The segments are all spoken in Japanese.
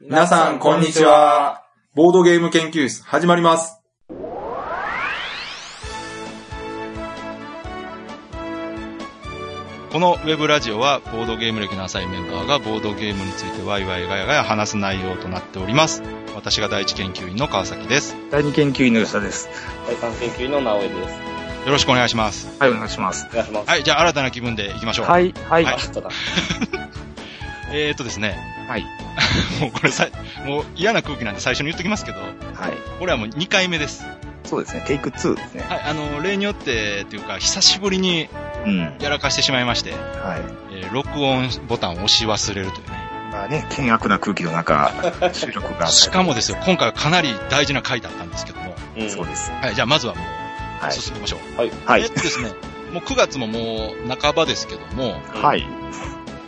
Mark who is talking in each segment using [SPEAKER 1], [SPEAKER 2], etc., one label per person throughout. [SPEAKER 1] 皆さん、こんにちは。ボードゲーム研究室、始まります。
[SPEAKER 2] このウェブラジオはボードゲーム歴の浅いメンバーがボードゲームについてワイワイガヤガヤ話す内容となっております。私が第一研究員の川崎です。
[SPEAKER 3] 第二研究員の吉田です。
[SPEAKER 4] 第三研究員の直江です。
[SPEAKER 2] よろしくお願いします。
[SPEAKER 3] はい、お願いします。
[SPEAKER 4] お願いします。
[SPEAKER 2] はい、じゃあ新たな気分で行きましょう。
[SPEAKER 3] はい、はい。
[SPEAKER 2] は
[SPEAKER 4] あ
[SPEAKER 2] い
[SPEAKER 4] そうだ
[SPEAKER 2] えーとですね、
[SPEAKER 3] はい。
[SPEAKER 2] もうこれさ、もう嫌な空気なんで最初に言っときますけど、
[SPEAKER 3] はい。
[SPEAKER 2] これはもう2回目です。はい、
[SPEAKER 3] そうですね、テイク2ですね。
[SPEAKER 2] あの、例によってというか、久しぶりに
[SPEAKER 3] うん。
[SPEAKER 2] やらかしてしまいまして、え
[SPEAKER 3] は
[SPEAKER 2] ー録音ボタンを押し忘れるというね。
[SPEAKER 3] い。まあね、険悪な空気の中、 収録があったり
[SPEAKER 2] しかもですよ、今回はかなり大事な回だったんですけども、
[SPEAKER 4] うん
[SPEAKER 3] そうです。
[SPEAKER 2] はい、じゃあまずはも
[SPEAKER 3] は
[SPEAKER 2] う
[SPEAKER 3] い。
[SPEAKER 2] 進めましょう。
[SPEAKER 3] は
[SPEAKER 2] えっ
[SPEAKER 3] い。
[SPEAKER 2] とですね、もう9月ももう半ばですけども、
[SPEAKER 3] はい。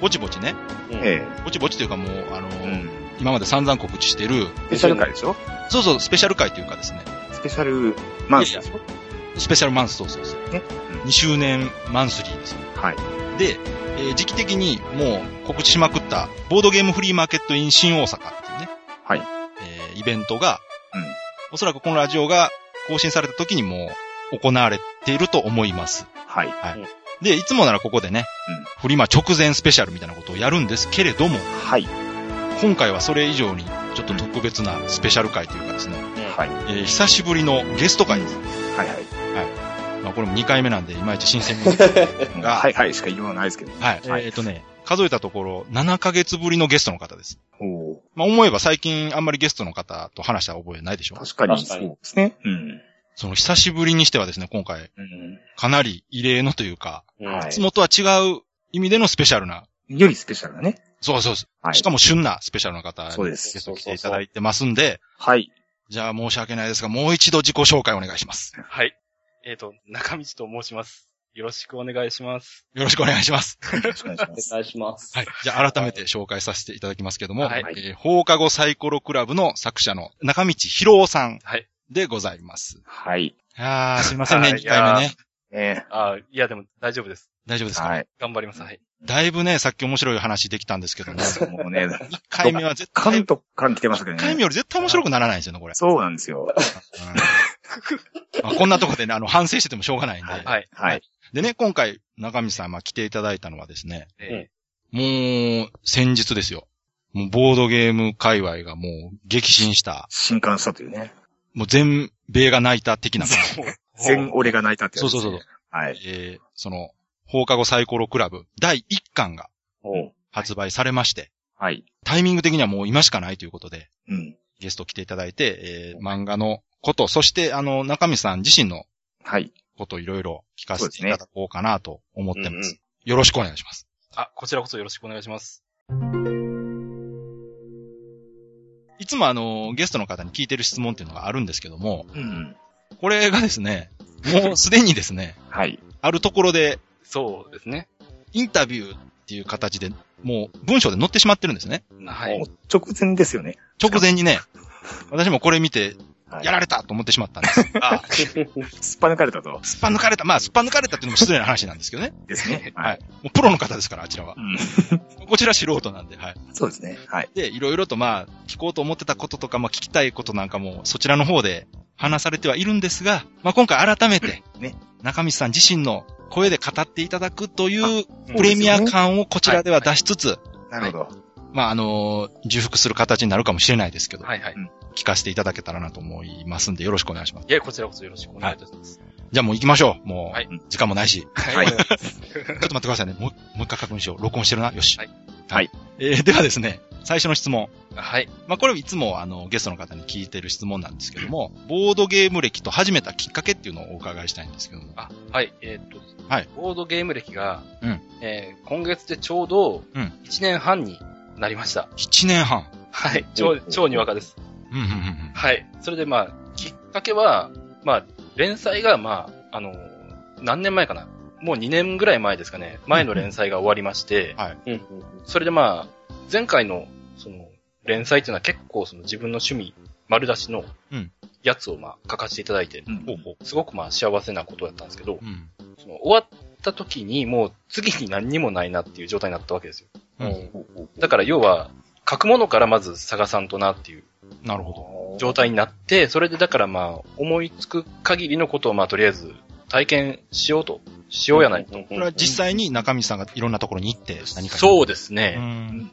[SPEAKER 2] ぼちぼちね、
[SPEAKER 4] うん
[SPEAKER 3] え
[SPEAKER 2] ぼちぼちというかもう、あの
[SPEAKER 3] え。うん。
[SPEAKER 2] 今まで散々告知してる、
[SPEAKER 3] スペシャル回でしょ
[SPEAKER 2] そうそう、スペシャル回というかですね、
[SPEAKER 3] スペシャルマンスでしょ
[SPEAKER 2] スペシャルマンスそうそうそう。
[SPEAKER 3] ね
[SPEAKER 2] 2周年マンスリーですよ。
[SPEAKER 3] はい。
[SPEAKER 2] で、えー時期的にもう告知しまくった、ボードゲームフリーマーケットイン新大阪っていうね、
[SPEAKER 3] はい。
[SPEAKER 2] えーイベントが、
[SPEAKER 3] うん
[SPEAKER 2] おそらくこのラジオが更新された時にもう行われていると思います。
[SPEAKER 3] はい。
[SPEAKER 2] で、いつもならここでね、
[SPEAKER 3] うん
[SPEAKER 2] フリマ直前スペシャルみたいなことをやるんですけれども、
[SPEAKER 3] はい。
[SPEAKER 2] 今回はそれ以上にちょっと特別なスペシャル回というかですね、
[SPEAKER 3] はい。
[SPEAKER 2] えー久しぶりのゲスト回です。
[SPEAKER 3] はい。はい。
[SPEAKER 2] まあ、これも2回目なんで、いまいち 新鮮です。
[SPEAKER 3] うん
[SPEAKER 2] が
[SPEAKER 3] はい。はい。しか言いようがないですけど。
[SPEAKER 2] はい。
[SPEAKER 3] はい
[SPEAKER 2] えっ、とね、数えたところ、7ヶ月ぶりのゲストの方です。
[SPEAKER 3] お
[SPEAKER 2] まあ、思えば最近あんまりゲストの方と話した覚えないでしょ
[SPEAKER 3] 確かに
[SPEAKER 4] 確
[SPEAKER 3] そ
[SPEAKER 4] か
[SPEAKER 3] う
[SPEAKER 4] に
[SPEAKER 3] ですね。うん。
[SPEAKER 2] その久しぶりにしてはですね、今回、
[SPEAKER 3] うん。
[SPEAKER 2] かなり異例のというか、
[SPEAKER 4] うん
[SPEAKER 3] はい
[SPEAKER 2] いつもとは違う意味でのスペシャルな、
[SPEAKER 3] よりスペシャルだね。
[SPEAKER 2] そうそうそ
[SPEAKER 3] は
[SPEAKER 2] う、
[SPEAKER 3] い
[SPEAKER 2] し。かも旬なスペシャルの方
[SPEAKER 3] そうで
[SPEAKER 2] にゲ
[SPEAKER 3] す。
[SPEAKER 2] スト来ていただいてますんで、
[SPEAKER 3] はい。
[SPEAKER 2] じゃあ申し訳ないですが、もう一度自己紹介お願いします。
[SPEAKER 5] はい。えっ、と、中道と申します。よろしくお願いします。
[SPEAKER 2] よろしくお願い します。
[SPEAKER 3] よろしくお願いしま
[SPEAKER 4] お
[SPEAKER 3] す。
[SPEAKER 4] 願いします。
[SPEAKER 2] はい。じゃあ改めて紹介させていただきますけども、
[SPEAKER 5] はい
[SPEAKER 2] えー放課後サイコロクラブの作者の中道博夫さん
[SPEAKER 5] はい
[SPEAKER 2] でございます。
[SPEAKER 3] はい。
[SPEAKER 2] あー、すいませんね、
[SPEAKER 5] はい
[SPEAKER 2] 2回目ね。
[SPEAKER 3] ね
[SPEAKER 5] あいや、でも大丈夫です。
[SPEAKER 2] 大丈夫ですか、
[SPEAKER 3] はい。
[SPEAKER 5] 頑張ります。はい。
[SPEAKER 2] だいぶね、さっき面白い話できたんですけどね、1
[SPEAKER 3] もうね、
[SPEAKER 2] 回目は絶対、
[SPEAKER 3] 関
[SPEAKER 2] 1
[SPEAKER 3] 東から来てましたけど
[SPEAKER 2] 回目
[SPEAKER 3] ね。
[SPEAKER 2] より絶対面白くならないんですよ ね、これ。
[SPEAKER 3] そうなんですよ。
[SPEAKER 2] うんまあこんなとこでね、あの、反省しててもしょうがないんで。
[SPEAKER 5] はい。
[SPEAKER 3] はい。
[SPEAKER 2] でね、今回、中道さん、まあ、来ていただいたのはですね、
[SPEAKER 5] え
[SPEAKER 2] もう、先日ですよ。もう、ボードゲーム界隈がもう、激震した、
[SPEAKER 3] 新刊したというね。
[SPEAKER 2] もう全米が泣いた的な、
[SPEAKER 5] ーもう
[SPEAKER 3] 全俺が泣いたって
[SPEAKER 2] そ
[SPEAKER 3] や
[SPEAKER 2] う
[SPEAKER 3] つ
[SPEAKER 2] そ
[SPEAKER 3] ですね、
[SPEAKER 2] うそうそう。
[SPEAKER 3] はい。
[SPEAKER 2] えー、その、放課後サイコロクラブ、第1巻が
[SPEAKER 4] おう
[SPEAKER 2] 発売されまして、
[SPEAKER 3] はい。
[SPEAKER 2] タイミング的にはもう今しかないということで、
[SPEAKER 3] うん。
[SPEAKER 2] ゲスト来ていただいて、えー、漫画のこと、そして、あの、中道さん自身の
[SPEAKER 3] はい。
[SPEAKER 2] ことをいろいろ聞か
[SPEAKER 3] そ
[SPEAKER 2] せ
[SPEAKER 3] うで
[SPEAKER 2] て
[SPEAKER 3] す
[SPEAKER 2] い
[SPEAKER 3] ね
[SPEAKER 2] ただこうかなと思ってます。
[SPEAKER 4] うんうん
[SPEAKER 2] よろしくお願いします。
[SPEAKER 5] あ、こちらこそよろしくお願いします。
[SPEAKER 2] いつもあの、ゲストの方に聞いてる質問っていうのがあるんですけども、
[SPEAKER 3] うん。
[SPEAKER 2] これがですね、もうすでにですね、
[SPEAKER 3] はい。
[SPEAKER 2] あるところで、
[SPEAKER 5] そうですね。
[SPEAKER 2] インタビューっていう形で、もう文章で載ってしまってるんですね。
[SPEAKER 5] はい
[SPEAKER 3] も。う直前ですよね。
[SPEAKER 2] 直前にね、私もこれ見て、
[SPEAKER 3] はい
[SPEAKER 2] やられたと思ってしまったんです。
[SPEAKER 5] あ、
[SPEAKER 3] すっぱ抜かれたと。
[SPEAKER 2] すっぱ抜かれた。まあ、すっぱ抜かれたっていうのも失礼な話なんですけどね。
[SPEAKER 3] ですね。
[SPEAKER 2] は
[SPEAKER 3] はいい。
[SPEAKER 2] もうプロの方ですから、あちらは
[SPEAKER 3] う。ん。
[SPEAKER 2] こちら素人なんで、はい。
[SPEAKER 3] そうですね。はい。
[SPEAKER 2] で、いろいろとまあ、聞こうと思ってたこととか、まあ、聞きたいことなんかも、そちらの方で話されてはいるんですが、まあ、今回改めて、
[SPEAKER 3] ね
[SPEAKER 2] 中道さん自身の声で語っていただくという
[SPEAKER 5] うん
[SPEAKER 2] プレミア感をこちらでは出しつつ、
[SPEAKER 3] なるほど。
[SPEAKER 2] まあ、あのー重複する形になるかもしれないですけど、
[SPEAKER 5] はいはい。
[SPEAKER 2] 聞かせていただけたらなと思いますんで、よろしくお願いします。
[SPEAKER 5] いや、こちらこそよろしくお願いいたします。
[SPEAKER 2] じゃあもう行きましょう。もう、
[SPEAKER 5] はい
[SPEAKER 2] 時間もないし。
[SPEAKER 5] はいお願します
[SPEAKER 2] ちょっと待ってくださいね。もう、もう一回確認しよう。録音してるな。よし。
[SPEAKER 5] はい。
[SPEAKER 3] はい
[SPEAKER 2] えーではですね、最初の質問。
[SPEAKER 5] はい。
[SPEAKER 2] まあ、これいつもあの、ゲストの方に聞いてる質問なんですけども、ボードゲーム歴と始めたきっかけっていうのをお伺いしたいんですけども。
[SPEAKER 5] あ、はい。えっ、と、
[SPEAKER 2] はい
[SPEAKER 5] ボードゲーム歴が、
[SPEAKER 2] うん
[SPEAKER 5] えー今月でちょうど、
[SPEAKER 2] うん
[SPEAKER 5] 1年半になりました。
[SPEAKER 2] 1年半。
[SPEAKER 5] はい。 超、超にわかです。
[SPEAKER 2] うん、うん、うん。
[SPEAKER 5] はい。それでまあ、きっかけは、まあ、連載がまあ、あの、何年前かな。もう2年ぐらい前ですかね。前の連載が終わりまして、
[SPEAKER 4] うん
[SPEAKER 5] それでまあ、前回の、その、連載っていうのは結構その自分の趣味、丸出しの
[SPEAKER 2] うん、
[SPEAKER 5] やつをまあ、書かせていただいて、
[SPEAKER 3] うん。
[SPEAKER 5] すごくまあ、幸せなことだったんですけど
[SPEAKER 2] う、ん。
[SPEAKER 5] その終わった時にもう次に何にもないなっていう状態になったわけですよ。
[SPEAKER 2] うん
[SPEAKER 4] うん
[SPEAKER 5] だから要は、書くものからまず探さんとなっていう
[SPEAKER 2] なるほど。
[SPEAKER 5] 状態になって、それでだからまあ、思いつく限りのことをまあ、とりあえず体験しようと、しようやないと。
[SPEAKER 2] これは実際に中身さんがいろんなところに行って何か
[SPEAKER 5] そう
[SPEAKER 2] で
[SPEAKER 5] ですね。
[SPEAKER 2] ね。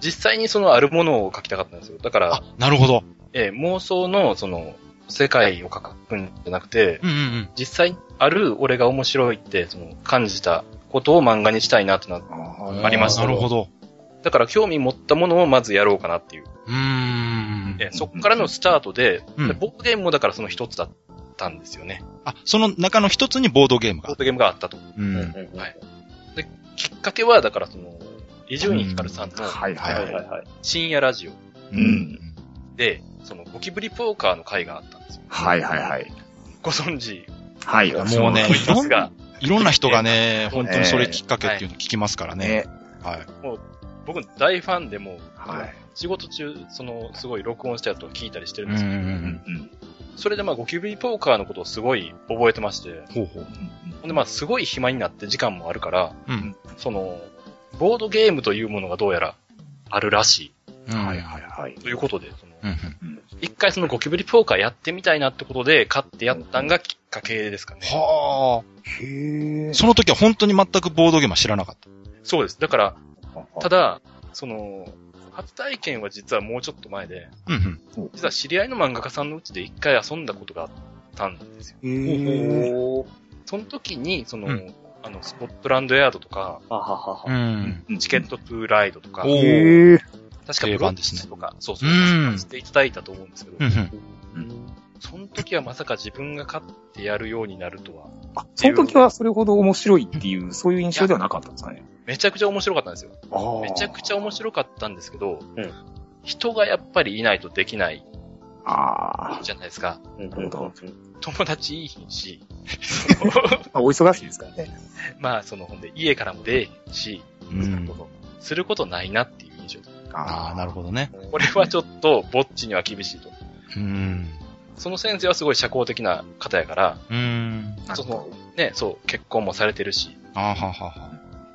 [SPEAKER 5] 実際にそのあるものを書きたかったんですよ。だから
[SPEAKER 2] あ、、なるほど。
[SPEAKER 5] えー妄想のその、世界を書くんじゃなくて、
[SPEAKER 2] うんうんうん。
[SPEAKER 5] 実際にある俺が面白いって、その、感じたことを漫画にしたいなってなって、
[SPEAKER 3] あ
[SPEAKER 5] ありました
[SPEAKER 2] なるほど。
[SPEAKER 5] だから興味持ったものをまずやろうかなっていう。
[SPEAKER 2] うーん。
[SPEAKER 5] えーそこからのスタートで、
[SPEAKER 2] うん
[SPEAKER 5] でボードゲームもだからその一つだったんですよね。
[SPEAKER 2] あ、その中の一つにボードゲーム
[SPEAKER 5] ボ
[SPEAKER 2] が
[SPEAKER 5] ー。ドゲームがあったと。
[SPEAKER 2] うん。
[SPEAKER 5] はいきっかけは、だからその、伊集院光さんの
[SPEAKER 3] あ。はい
[SPEAKER 2] は
[SPEAKER 3] はいいはいい。
[SPEAKER 2] は
[SPEAKER 4] はいはいはい。
[SPEAKER 5] 深夜ラジオ
[SPEAKER 2] う
[SPEAKER 3] うんん。
[SPEAKER 5] で、そのゴキブリポーカーの会があった んですよ。
[SPEAKER 3] はいはいはい。
[SPEAKER 5] ご存知
[SPEAKER 3] はい。
[SPEAKER 2] もうね
[SPEAKER 5] と思いますが、
[SPEAKER 2] いろんな人がね、本当にそれきっかけっていうの聞きますからね。
[SPEAKER 3] ね。
[SPEAKER 2] はい。
[SPEAKER 5] 僕大ファンでもう、
[SPEAKER 3] はい。
[SPEAKER 5] 仕事中、その、すごい録音したやつを聞いたりしてる
[SPEAKER 2] うんんうん
[SPEAKER 5] で
[SPEAKER 2] う
[SPEAKER 5] すけど、
[SPEAKER 2] ん。
[SPEAKER 5] それでまあゴキブリポーカーのことをすごい覚えてまして、
[SPEAKER 2] ほうほう。
[SPEAKER 5] ほんでまあすごい暇になって時間もあるから、
[SPEAKER 2] うん。
[SPEAKER 5] その、ボードゲームというものがどうやらあるらし
[SPEAKER 2] うん
[SPEAKER 3] はいはいはい
[SPEAKER 5] い。。ということで、その
[SPEAKER 2] うんうん。
[SPEAKER 5] 一回そのゴキブリポーカーやってみたいなってことで、買ってやったんがきっかけですかね。
[SPEAKER 2] は
[SPEAKER 3] へ
[SPEAKER 2] あ。その時は本当に全くボードゲームは知らなかった。
[SPEAKER 5] そうです。だから、た
[SPEAKER 3] だ、
[SPEAKER 5] だ、その、初体験は実はもうちょっと前で、
[SPEAKER 2] うんうん。
[SPEAKER 5] 実は知り合いの漫画家さんのうちで一回遊んだことがあったんですよ。
[SPEAKER 3] へ
[SPEAKER 2] ー
[SPEAKER 3] ー
[SPEAKER 4] おー。
[SPEAKER 5] その時に、その、
[SPEAKER 2] うん
[SPEAKER 5] あの、スコットランドヤードとか、
[SPEAKER 4] はははは。
[SPEAKER 2] ん。
[SPEAKER 5] チケットトゥーライドとか、
[SPEAKER 2] お
[SPEAKER 3] へー
[SPEAKER 5] 確か
[SPEAKER 2] 定番ですね
[SPEAKER 5] ブロックスとか、そうそう、
[SPEAKER 2] うん
[SPEAKER 5] していただいたと思うんですけど、
[SPEAKER 2] うんうん。
[SPEAKER 5] その時はまさか自分が勝ってやるようになるとは、
[SPEAKER 3] あその時はそれほど面白いっていう、そういう印象ではなかったんですかね。
[SPEAKER 5] めちゃくちゃ面白かったんですよ。めちゃくちゃ面白かったんですけど、
[SPEAKER 4] うん
[SPEAKER 5] 人がやっぱりいないとできない
[SPEAKER 3] ゃ。あ
[SPEAKER 5] じゃないですか。
[SPEAKER 4] うん
[SPEAKER 3] なるほど
[SPEAKER 5] 友達いいひんし、
[SPEAKER 3] ーまあ。お忙しいですからね。
[SPEAKER 5] まあ、その、ほんで、家からも出えへんし、
[SPEAKER 2] うん
[SPEAKER 5] することないなっていう印象。
[SPEAKER 2] ああ、
[SPEAKER 3] あ
[SPEAKER 2] なるほどね。
[SPEAKER 5] これはちょっと、ぼっちには厳しいと。
[SPEAKER 2] うん。
[SPEAKER 5] その先生はすごい社交的な方やから、
[SPEAKER 2] うん。
[SPEAKER 3] あ。
[SPEAKER 5] その、ね、そう、結婚もされてるし、
[SPEAKER 2] ああ、ははは。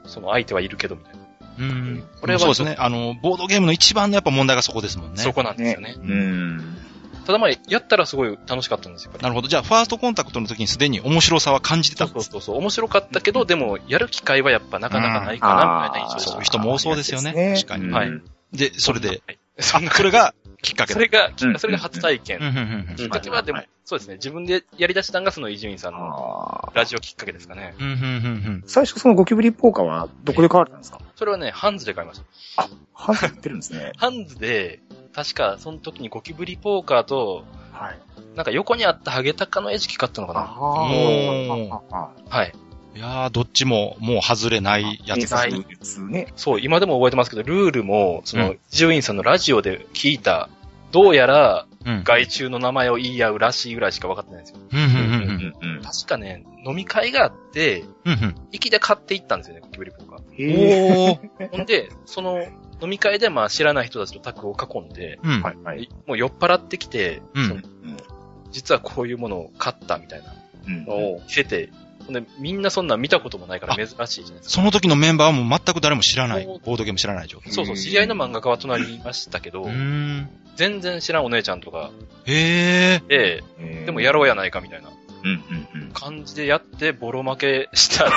[SPEAKER 5] その相手はいるけどみたいな。
[SPEAKER 2] うん。
[SPEAKER 5] これは
[SPEAKER 2] そうですね。あの、ボードゲームの一番のやっぱ問題がそこですもんね。
[SPEAKER 5] そこなんですよね。
[SPEAKER 3] うん。
[SPEAKER 5] ただまあ、やったらすごい楽しかったんですよ。
[SPEAKER 2] なるほど。じゃあ、ファーストコンタクトの時にすでに面白さは感じてた。
[SPEAKER 5] そうそうそう、面白かったけど、でも、やる機会はやっぱなかなかないかな、みたいな印象でした
[SPEAKER 2] そういう人も多そうですよね。
[SPEAKER 3] です
[SPEAKER 2] 確
[SPEAKER 3] ね
[SPEAKER 2] かに。
[SPEAKER 5] はい
[SPEAKER 3] うん
[SPEAKER 2] で、それで、
[SPEAKER 5] はい。そんな
[SPEAKER 2] それがきっかけ
[SPEAKER 5] そ
[SPEAKER 2] だ。
[SPEAKER 5] れが、
[SPEAKER 3] うん
[SPEAKER 5] それが初体験。
[SPEAKER 2] うんうんうん
[SPEAKER 5] きっかけはでも、そうですね、自分でやり出したのがその伊集院さんの
[SPEAKER 3] あー
[SPEAKER 5] ラジオきっかけですかね。
[SPEAKER 2] うん。うんうんうん
[SPEAKER 3] 最初そのゴキブリポーカーはどこで買われたんですか
[SPEAKER 5] それはね、ハンズで買いました。。
[SPEAKER 3] ハンズ売ってるんですね
[SPEAKER 5] ハンズで、確かその時にゴキブリポーカーと、
[SPEAKER 3] はい。
[SPEAKER 5] なんか横にあったハゲタカの餌食買ったのか
[SPEAKER 3] あ
[SPEAKER 5] な
[SPEAKER 2] ー
[SPEAKER 3] ああ。
[SPEAKER 5] はい。
[SPEAKER 2] うん。いやー、どっちももう外れないやつです
[SPEAKER 5] は
[SPEAKER 2] ね。
[SPEAKER 5] い
[SPEAKER 3] ですね。
[SPEAKER 5] そう、今でも覚えてますけど、ルールも、そうの、伊集院さんのラジオで聞いた、どうやら
[SPEAKER 2] うん。
[SPEAKER 5] 害虫の名前を言い合うらしいぐらいしか分かってないんですよ。
[SPEAKER 2] うんうん
[SPEAKER 3] う
[SPEAKER 2] うんうん。
[SPEAKER 3] ん。
[SPEAKER 5] 確かね、飲み会があって、
[SPEAKER 2] うん
[SPEAKER 5] 行きで買っていったんですよね、ゴキブリポーカー。
[SPEAKER 2] うん。
[SPEAKER 3] へえ。
[SPEAKER 2] おー。
[SPEAKER 5] ほんで、その、飲み会でまあ知らない人たちとタクを囲んで、
[SPEAKER 2] うん。
[SPEAKER 3] はいはい。
[SPEAKER 5] もう酔っ払ってきて、
[SPEAKER 2] うん
[SPEAKER 5] その実はこういうものを買ったみたいな、
[SPEAKER 3] うん
[SPEAKER 4] おー。
[SPEAKER 5] 着てて、ほんで、みんなそんなん見たこともないから珍しいじゃないですか。
[SPEAKER 2] その時のメンバーはもう全く誰も知らない。
[SPEAKER 5] そう
[SPEAKER 2] ボードゲーム知らない状態。
[SPEAKER 5] そうそう、知り合いの漫画家は隣にいましたけど
[SPEAKER 2] う、ーん。
[SPEAKER 5] 全然知らんお姉ちゃんとか
[SPEAKER 2] へー。
[SPEAKER 5] で、
[SPEAKER 3] えー
[SPEAKER 5] でもやろうやないかみたいな
[SPEAKER 3] うんうんうん。
[SPEAKER 5] 感じでやって、ボロ負けした。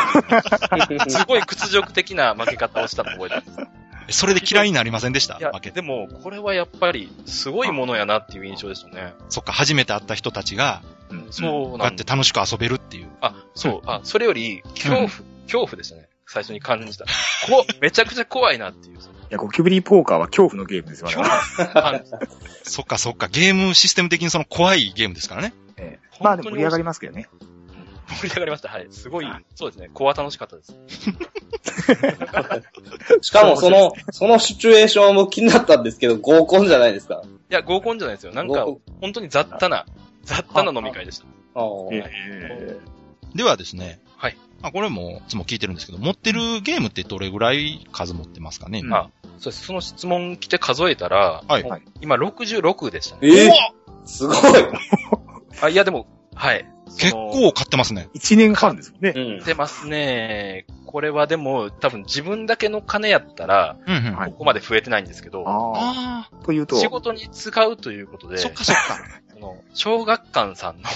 [SPEAKER 5] すごい屈辱的な負け方をしたの覚えてます。
[SPEAKER 2] それで嫌いになりませんでした
[SPEAKER 5] いや
[SPEAKER 2] 負け、て。
[SPEAKER 5] でも、これはやっぱり、すごいものやなっていう印象でしたね。
[SPEAKER 2] そっか、初めて会った人たちが、
[SPEAKER 3] うんうん。
[SPEAKER 5] そ
[SPEAKER 2] こ
[SPEAKER 5] う
[SPEAKER 2] うや
[SPEAKER 5] な
[SPEAKER 2] っ
[SPEAKER 5] ん
[SPEAKER 2] て
[SPEAKER 5] で
[SPEAKER 2] 楽しく遊べるっていう。
[SPEAKER 5] あ、そう。あ、それより、恐怖、恐怖でしたね。最初に感じた。こめちゃくちゃ怖いなっていう。その
[SPEAKER 3] いや、ゴキブリポーカーは恐怖のゲームですよ、あれは。
[SPEAKER 5] 感じ
[SPEAKER 2] そっかそっか、ゲームシステム的にその怖いゲームですからね。
[SPEAKER 3] ええまあで
[SPEAKER 5] 本当
[SPEAKER 3] も
[SPEAKER 5] に
[SPEAKER 3] 盛り上がりますけどね。
[SPEAKER 5] 盛り上がりました。はい。すごい
[SPEAKER 3] はい、
[SPEAKER 5] そうですね。コア楽しかったです。
[SPEAKER 4] しかもその、そのシチュエーションも気になったんですけど、合コンじゃないですか。
[SPEAKER 5] いや、合コンじゃないですよ。なんか
[SPEAKER 4] 合コ、
[SPEAKER 5] 本当に雑多な、雑多な飲み会でした。
[SPEAKER 4] あー
[SPEAKER 3] え
[SPEAKER 2] ではですね。
[SPEAKER 5] はい。
[SPEAKER 2] まあこれも、いつも聞いてるんですけど、持ってるゲームってどれぐらい数持ってますかね、今。
[SPEAKER 5] あそうですその質問来て数えたら、
[SPEAKER 2] はい
[SPEAKER 5] もう今66でしたね。
[SPEAKER 2] う
[SPEAKER 4] えー
[SPEAKER 2] わ
[SPEAKER 4] すごい。
[SPEAKER 5] あ、いやでも、はい。そ
[SPEAKER 2] 結
[SPEAKER 5] の
[SPEAKER 2] 構買ってますね。
[SPEAKER 3] 1年半ですもんね。
[SPEAKER 4] うん
[SPEAKER 5] 出ますね。これはでも、多分自分だけの金やったら、
[SPEAKER 2] うんうん。
[SPEAKER 3] はい
[SPEAKER 5] ここまで増えてないんですけど、
[SPEAKER 3] あ
[SPEAKER 2] あ
[SPEAKER 3] あ。というと、
[SPEAKER 5] 仕事に使うということ
[SPEAKER 2] あ、
[SPEAKER 5] で、
[SPEAKER 2] そっかそっ か。
[SPEAKER 5] その小学館さんの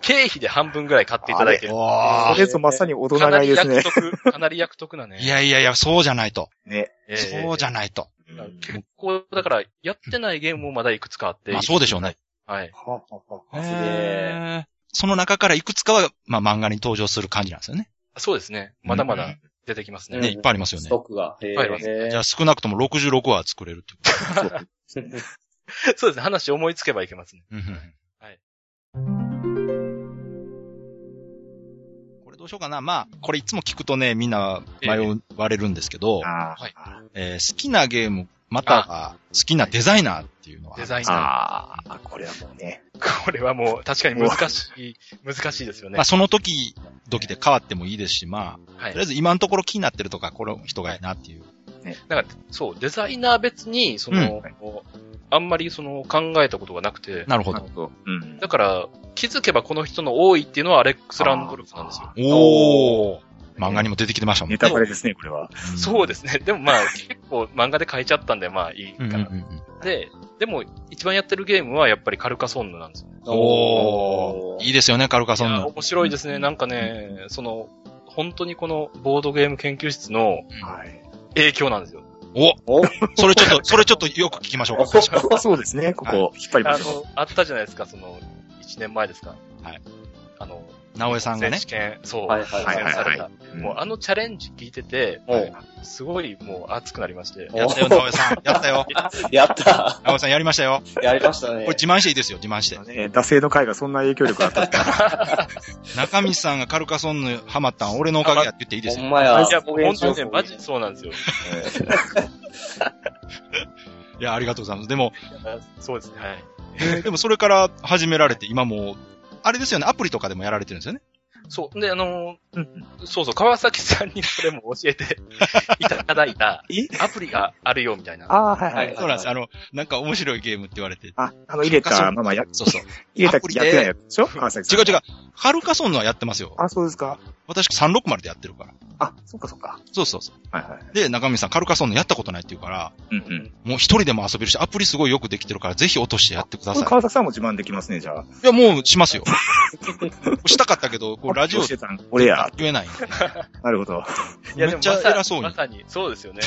[SPEAKER 5] 経費で半分ぐらい買っていただいてる。
[SPEAKER 2] お
[SPEAKER 3] そ
[SPEAKER 2] ー
[SPEAKER 3] れぞまさに大人
[SPEAKER 5] かな
[SPEAKER 3] 買い
[SPEAKER 5] り
[SPEAKER 3] ですね
[SPEAKER 5] 約。得、かなり約得なね。
[SPEAKER 2] いやいやいや、そうじゃないと。
[SPEAKER 3] ね。
[SPEAKER 5] えー
[SPEAKER 2] そうじゃないと。
[SPEAKER 3] うん
[SPEAKER 5] 結構、だから、やってないゲームもまだいくつかあって
[SPEAKER 2] まあ、そうでしょうね。
[SPEAKER 5] はい。
[SPEAKER 3] はあはあはあ
[SPEAKER 4] すげえ
[SPEAKER 2] へーその中からいくつかは、まあ漫画に登場する感じなんですよね。
[SPEAKER 5] そうですね。まだまだ出てきますね。
[SPEAKER 4] うん
[SPEAKER 2] ね、いっぱいありますよね
[SPEAKER 4] ス。トックが。へ
[SPEAKER 5] っぱいあります
[SPEAKER 4] ー
[SPEAKER 2] じゃあ少なくとも66話は作れるっていう。
[SPEAKER 5] そうですね。話思いつけばいけますね。
[SPEAKER 2] うんうんうん
[SPEAKER 5] はい
[SPEAKER 2] これどうしようかな。まあ、これいつも聞くとね、みんな迷われるんですけど、
[SPEAKER 3] あ
[SPEAKER 5] はい
[SPEAKER 3] あ。
[SPEAKER 2] えー好きなゲーム、または好きなデザイナーっていうのは、
[SPEAKER 5] デザイナ
[SPEAKER 3] ああ、これはもうね。
[SPEAKER 5] ー。これはもう、確かに難しい、難しいですよね
[SPEAKER 2] まあ。その時々で変わってもいいですし、まあ、
[SPEAKER 5] は
[SPEAKER 2] と
[SPEAKER 5] い
[SPEAKER 2] りあえ。ず今のところ気になってるとか、この人がいいなっていう。
[SPEAKER 5] だから、そう、デザイナー別に、その、あんまりその考えたことがなくて、
[SPEAKER 2] なるほ
[SPEAKER 3] な
[SPEAKER 2] ど
[SPEAKER 3] る。ほど。うん。
[SPEAKER 5] だから、気づけばこの人の多いっていうのはアレックス・ランドルフなんですよ。
[SPEAKER 2] おー漫画にも出てきてましたもん
[SPEAKER 3] ネタバレですね、これは。
[SPEAKER 5] そう
[SPEAKER 2] で
[SPEAKER 5] ですね。で もまあ、結構漫画で書いちゃったんで、まあいい
[SPEAKER 2] うん
[SPEAKER 5] か
[SPEAKER 2] うん
[SPEAKER 5] な。
[SPEAKER 2] うんうん
[SPEAKER 5] で、でも、一番やってるゲームはやっぱりカルカソンヌなんですよ。
[SPEAKER 2] おーいいですよね、カルカソン
[SPEAKER 5] いや
[SPEAKER 2] ヌ。
[SPEAKER 5] 面白いですね。なんかね、その、本当にこのボードゲーム研究室の
[SPEAKER 3] はい。
[SPEAKER 5] 影響なんですよ。
[SPEAKER 2] お
[SPEAKER 4] お
[SPEAKER 2] それちょっと、それちょっとよく聞きましょうか。
[SPEAKER 3] そうですね、ここ、引っ張りま
[SPEAKER 5] あ
[SPEAKER 3] しょ
[SPEAKER 5] の、あったじゃないですか、その、1年前ですか。
[SPEAKER 2] はい。
[SPEAKER 5] あの、
[SPEAKER 2] 直江さんがね
[SPEAKER 5] 選手。権、そう、
[SPEAKER 4] はいはい
[SPEAKER 3] はいはい
[SPEAKER 5] 挑戦された
[SPEAKER 3] う。
[SPEAKER 5] もうあのチャレンジ聞いてて、
[SPEAKER 4] お
[SPEAKER 5] すごいもう熱くなりまして。
[SPEAKER 4] お
[SPEAKER 2] やったよ、直江さん。やったよ。
[SPEAKER 4] やった
[SPEAKER 2] 直江さんやりましたよ。
[SPEAKER 4] やりましたね
[SPEAKER 2] これ。自慢していいですよ、自慢して。
[SPEAKER 3] ね、惰性の回がそんな影響力があったって
[SPEAKER 2] 中道さんがカルカソンヌハマったん俺のおかげやって言っていいです
[SPEAKER 4] ほ
[SPEAKER 2] よ。
[SPEAKER 4] んまや。
[SPEAKER 5] いや、もう本当にね、
[SPEAKER 4] そう
[SPEAKER 5] マジそうなんで すよ。
[SPEAKER 2] いや、ありがとうございます。でも、
[SPEAKER 5] そうですね。はい。
[SPEAKER 2] でもそれから始められて、今もう、あれですよね、アプリとかでもやられてるんですよね。
[SPEAKER 5] そう。で、あのー
[SPEAKER 3] うん
[SPEAKER 5] そうそう、川崎さんにそれも教え ていただいた
[SPEAKER 3] え
[SPEAKER 5] アプリがあるよ、みたいな。
[SPEAKER 3] ああ、はいは。
[SPEAKER 4] はい
[SPEAKER 2] そうなんです。あの、なんか面白いゲームって言われて。
[SPEAKER 3] あ、あの、入れたままや、
[SPEAKER 2] そうそう。
[SPEAKER 3] 入れた
[SPEAKER 2] アプリ
[SPEAKER 3] や
[SPEAKER 2] で
[SPEAKER 3] ってないやつでしょ川崎さ
[SPEAKER 2] 違
[SPEAKER 3] ん。
[SPEAKER 2] う違う。カルカソンヌはやってますよ。
[SPEAKER 3] あ、そうですか。
[SPEAKER 2] 私36までやってるから。
[SPEAKER 3] あ、そっかそっか。
[SPEAKER 2] そうそうそう。
[SPEAKER 3] はいはい。
[SPEAKER 2] で、中道さん、カルカソンヌやったことないって言うから、
[SPEAKER 3] うんうん。
[SPEAKER 2] もう一人でも遊べるし、アプリすごいよくできてるから、ぜひ落としてやってくだ
[SPEAKER 3] これ
[SPEAKER 2] さい。
[SPEAKER 3] 川崎さんも自慢できますね、じゃあ。
[SPEAKER 2] いや、もうし ますよ。したかったけど、こうラジオ
[SPEAKER 3] してたん俺や。
[SPEAKER 2] 言えないん
[SPEAKER 3] なるほど。
[SPEAKER 5] いや
[SPEAKER 2] で。めっちゃ偉そう
[SPEAKER 5] でも
[SPEAKER 2] に
[SPEAKER 5] ま。さにまさに、そうですよね。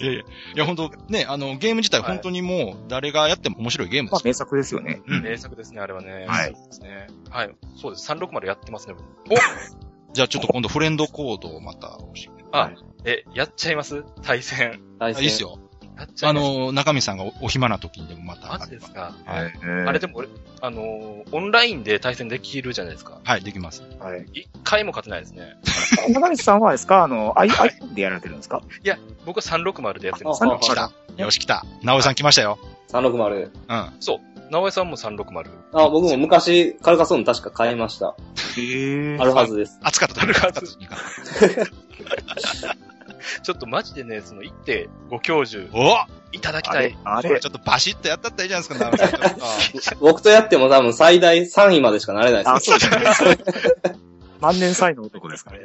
[SPEAKER 2] いやいや、いや本当ね、あの、ゲーム自体
[SPEAKER 5] はい
[SPEAKER 2] 本当にもう、誰がやっても面白いゲームで
[SPEAKER 3] ますあ、。名作ですよね。
[SPEAKER 2] うん
[SPEAKER 5] 名作ですね、あれはね。
[SPEAKER 3] はい
[SPEAKER 5] そうですね。はい。そうです。360やってますね、僕
[SPEAKER 2] じゃあちょっと今度フレンドコードをまた教えて
[SPEAKER 5] え、やっちゃいます対戦。
[SPEAKER 4] 大
[SPEAKER 2] あいいっすよ。
[SPEAKER 5] やっちゃ
[SPEAKER 2] あ
[SPEAKER 5] います。
[SPEAKER 2] の、中身さんがおお暇な時にでもまた。
[SPEAKER 5] マジですか。
[SPEAKER 2] はい。
[SPEAKER 5] あ
[SPEAKER 3] あ
[SPEAKER 5] れでも俺、あのー、オンラインで対戦できるじゃないですか。
[SPEAKER 2] はい、できます。
[SPEAKER 3] はい。
[SPEAKER 5] 一回も勝てないですね。
[SPEAKER 3] 中道さんはあれですかあの、アイ、アイでやられてるんですか
[SPEAKER 5] いや、僕は360でやってます。
[SPEAKER 3] さん
[SPEAKER 2] 来た。よし、来た。直江さん来ましたよ。
[SPEAKER 4] 360。
[SPEAKER 2] うん。
[SPEAKER 5] そう。直江さんも360。
[SPEAKER 4] あ、僕も昔、カルカソンヌ確か買いました。
[SPEAKER 3] へえ
[SPEAKER 4] あるはずです。
[SPEAKER 2] 暑かった。暑かった。
[SPEAKER 5] ちょっとマジでね、その1.5教授
[SPEAKER 2] お
[SPEAKER 5] いただき
[SPEAKER 3] あ
[SPEAKER 5] た
[SPEAKER 3] れ
[SPEAKER 5] い。
[SPEAKER 3] あ
[SPEAKER 2] これ
[SPEAKER 3] れ
[SPEAKER 2] ちょっとバシッとやったったらいいじゃないですか、直江さんち ょっと。
[SPEAKER 4] 僕とやっても多分最大3位までしかなれないで
[SPEAKER 3] あ、
[SPEAKER 4] す。
[SPEAKER 3] そ うですね。万年才の男ですからね。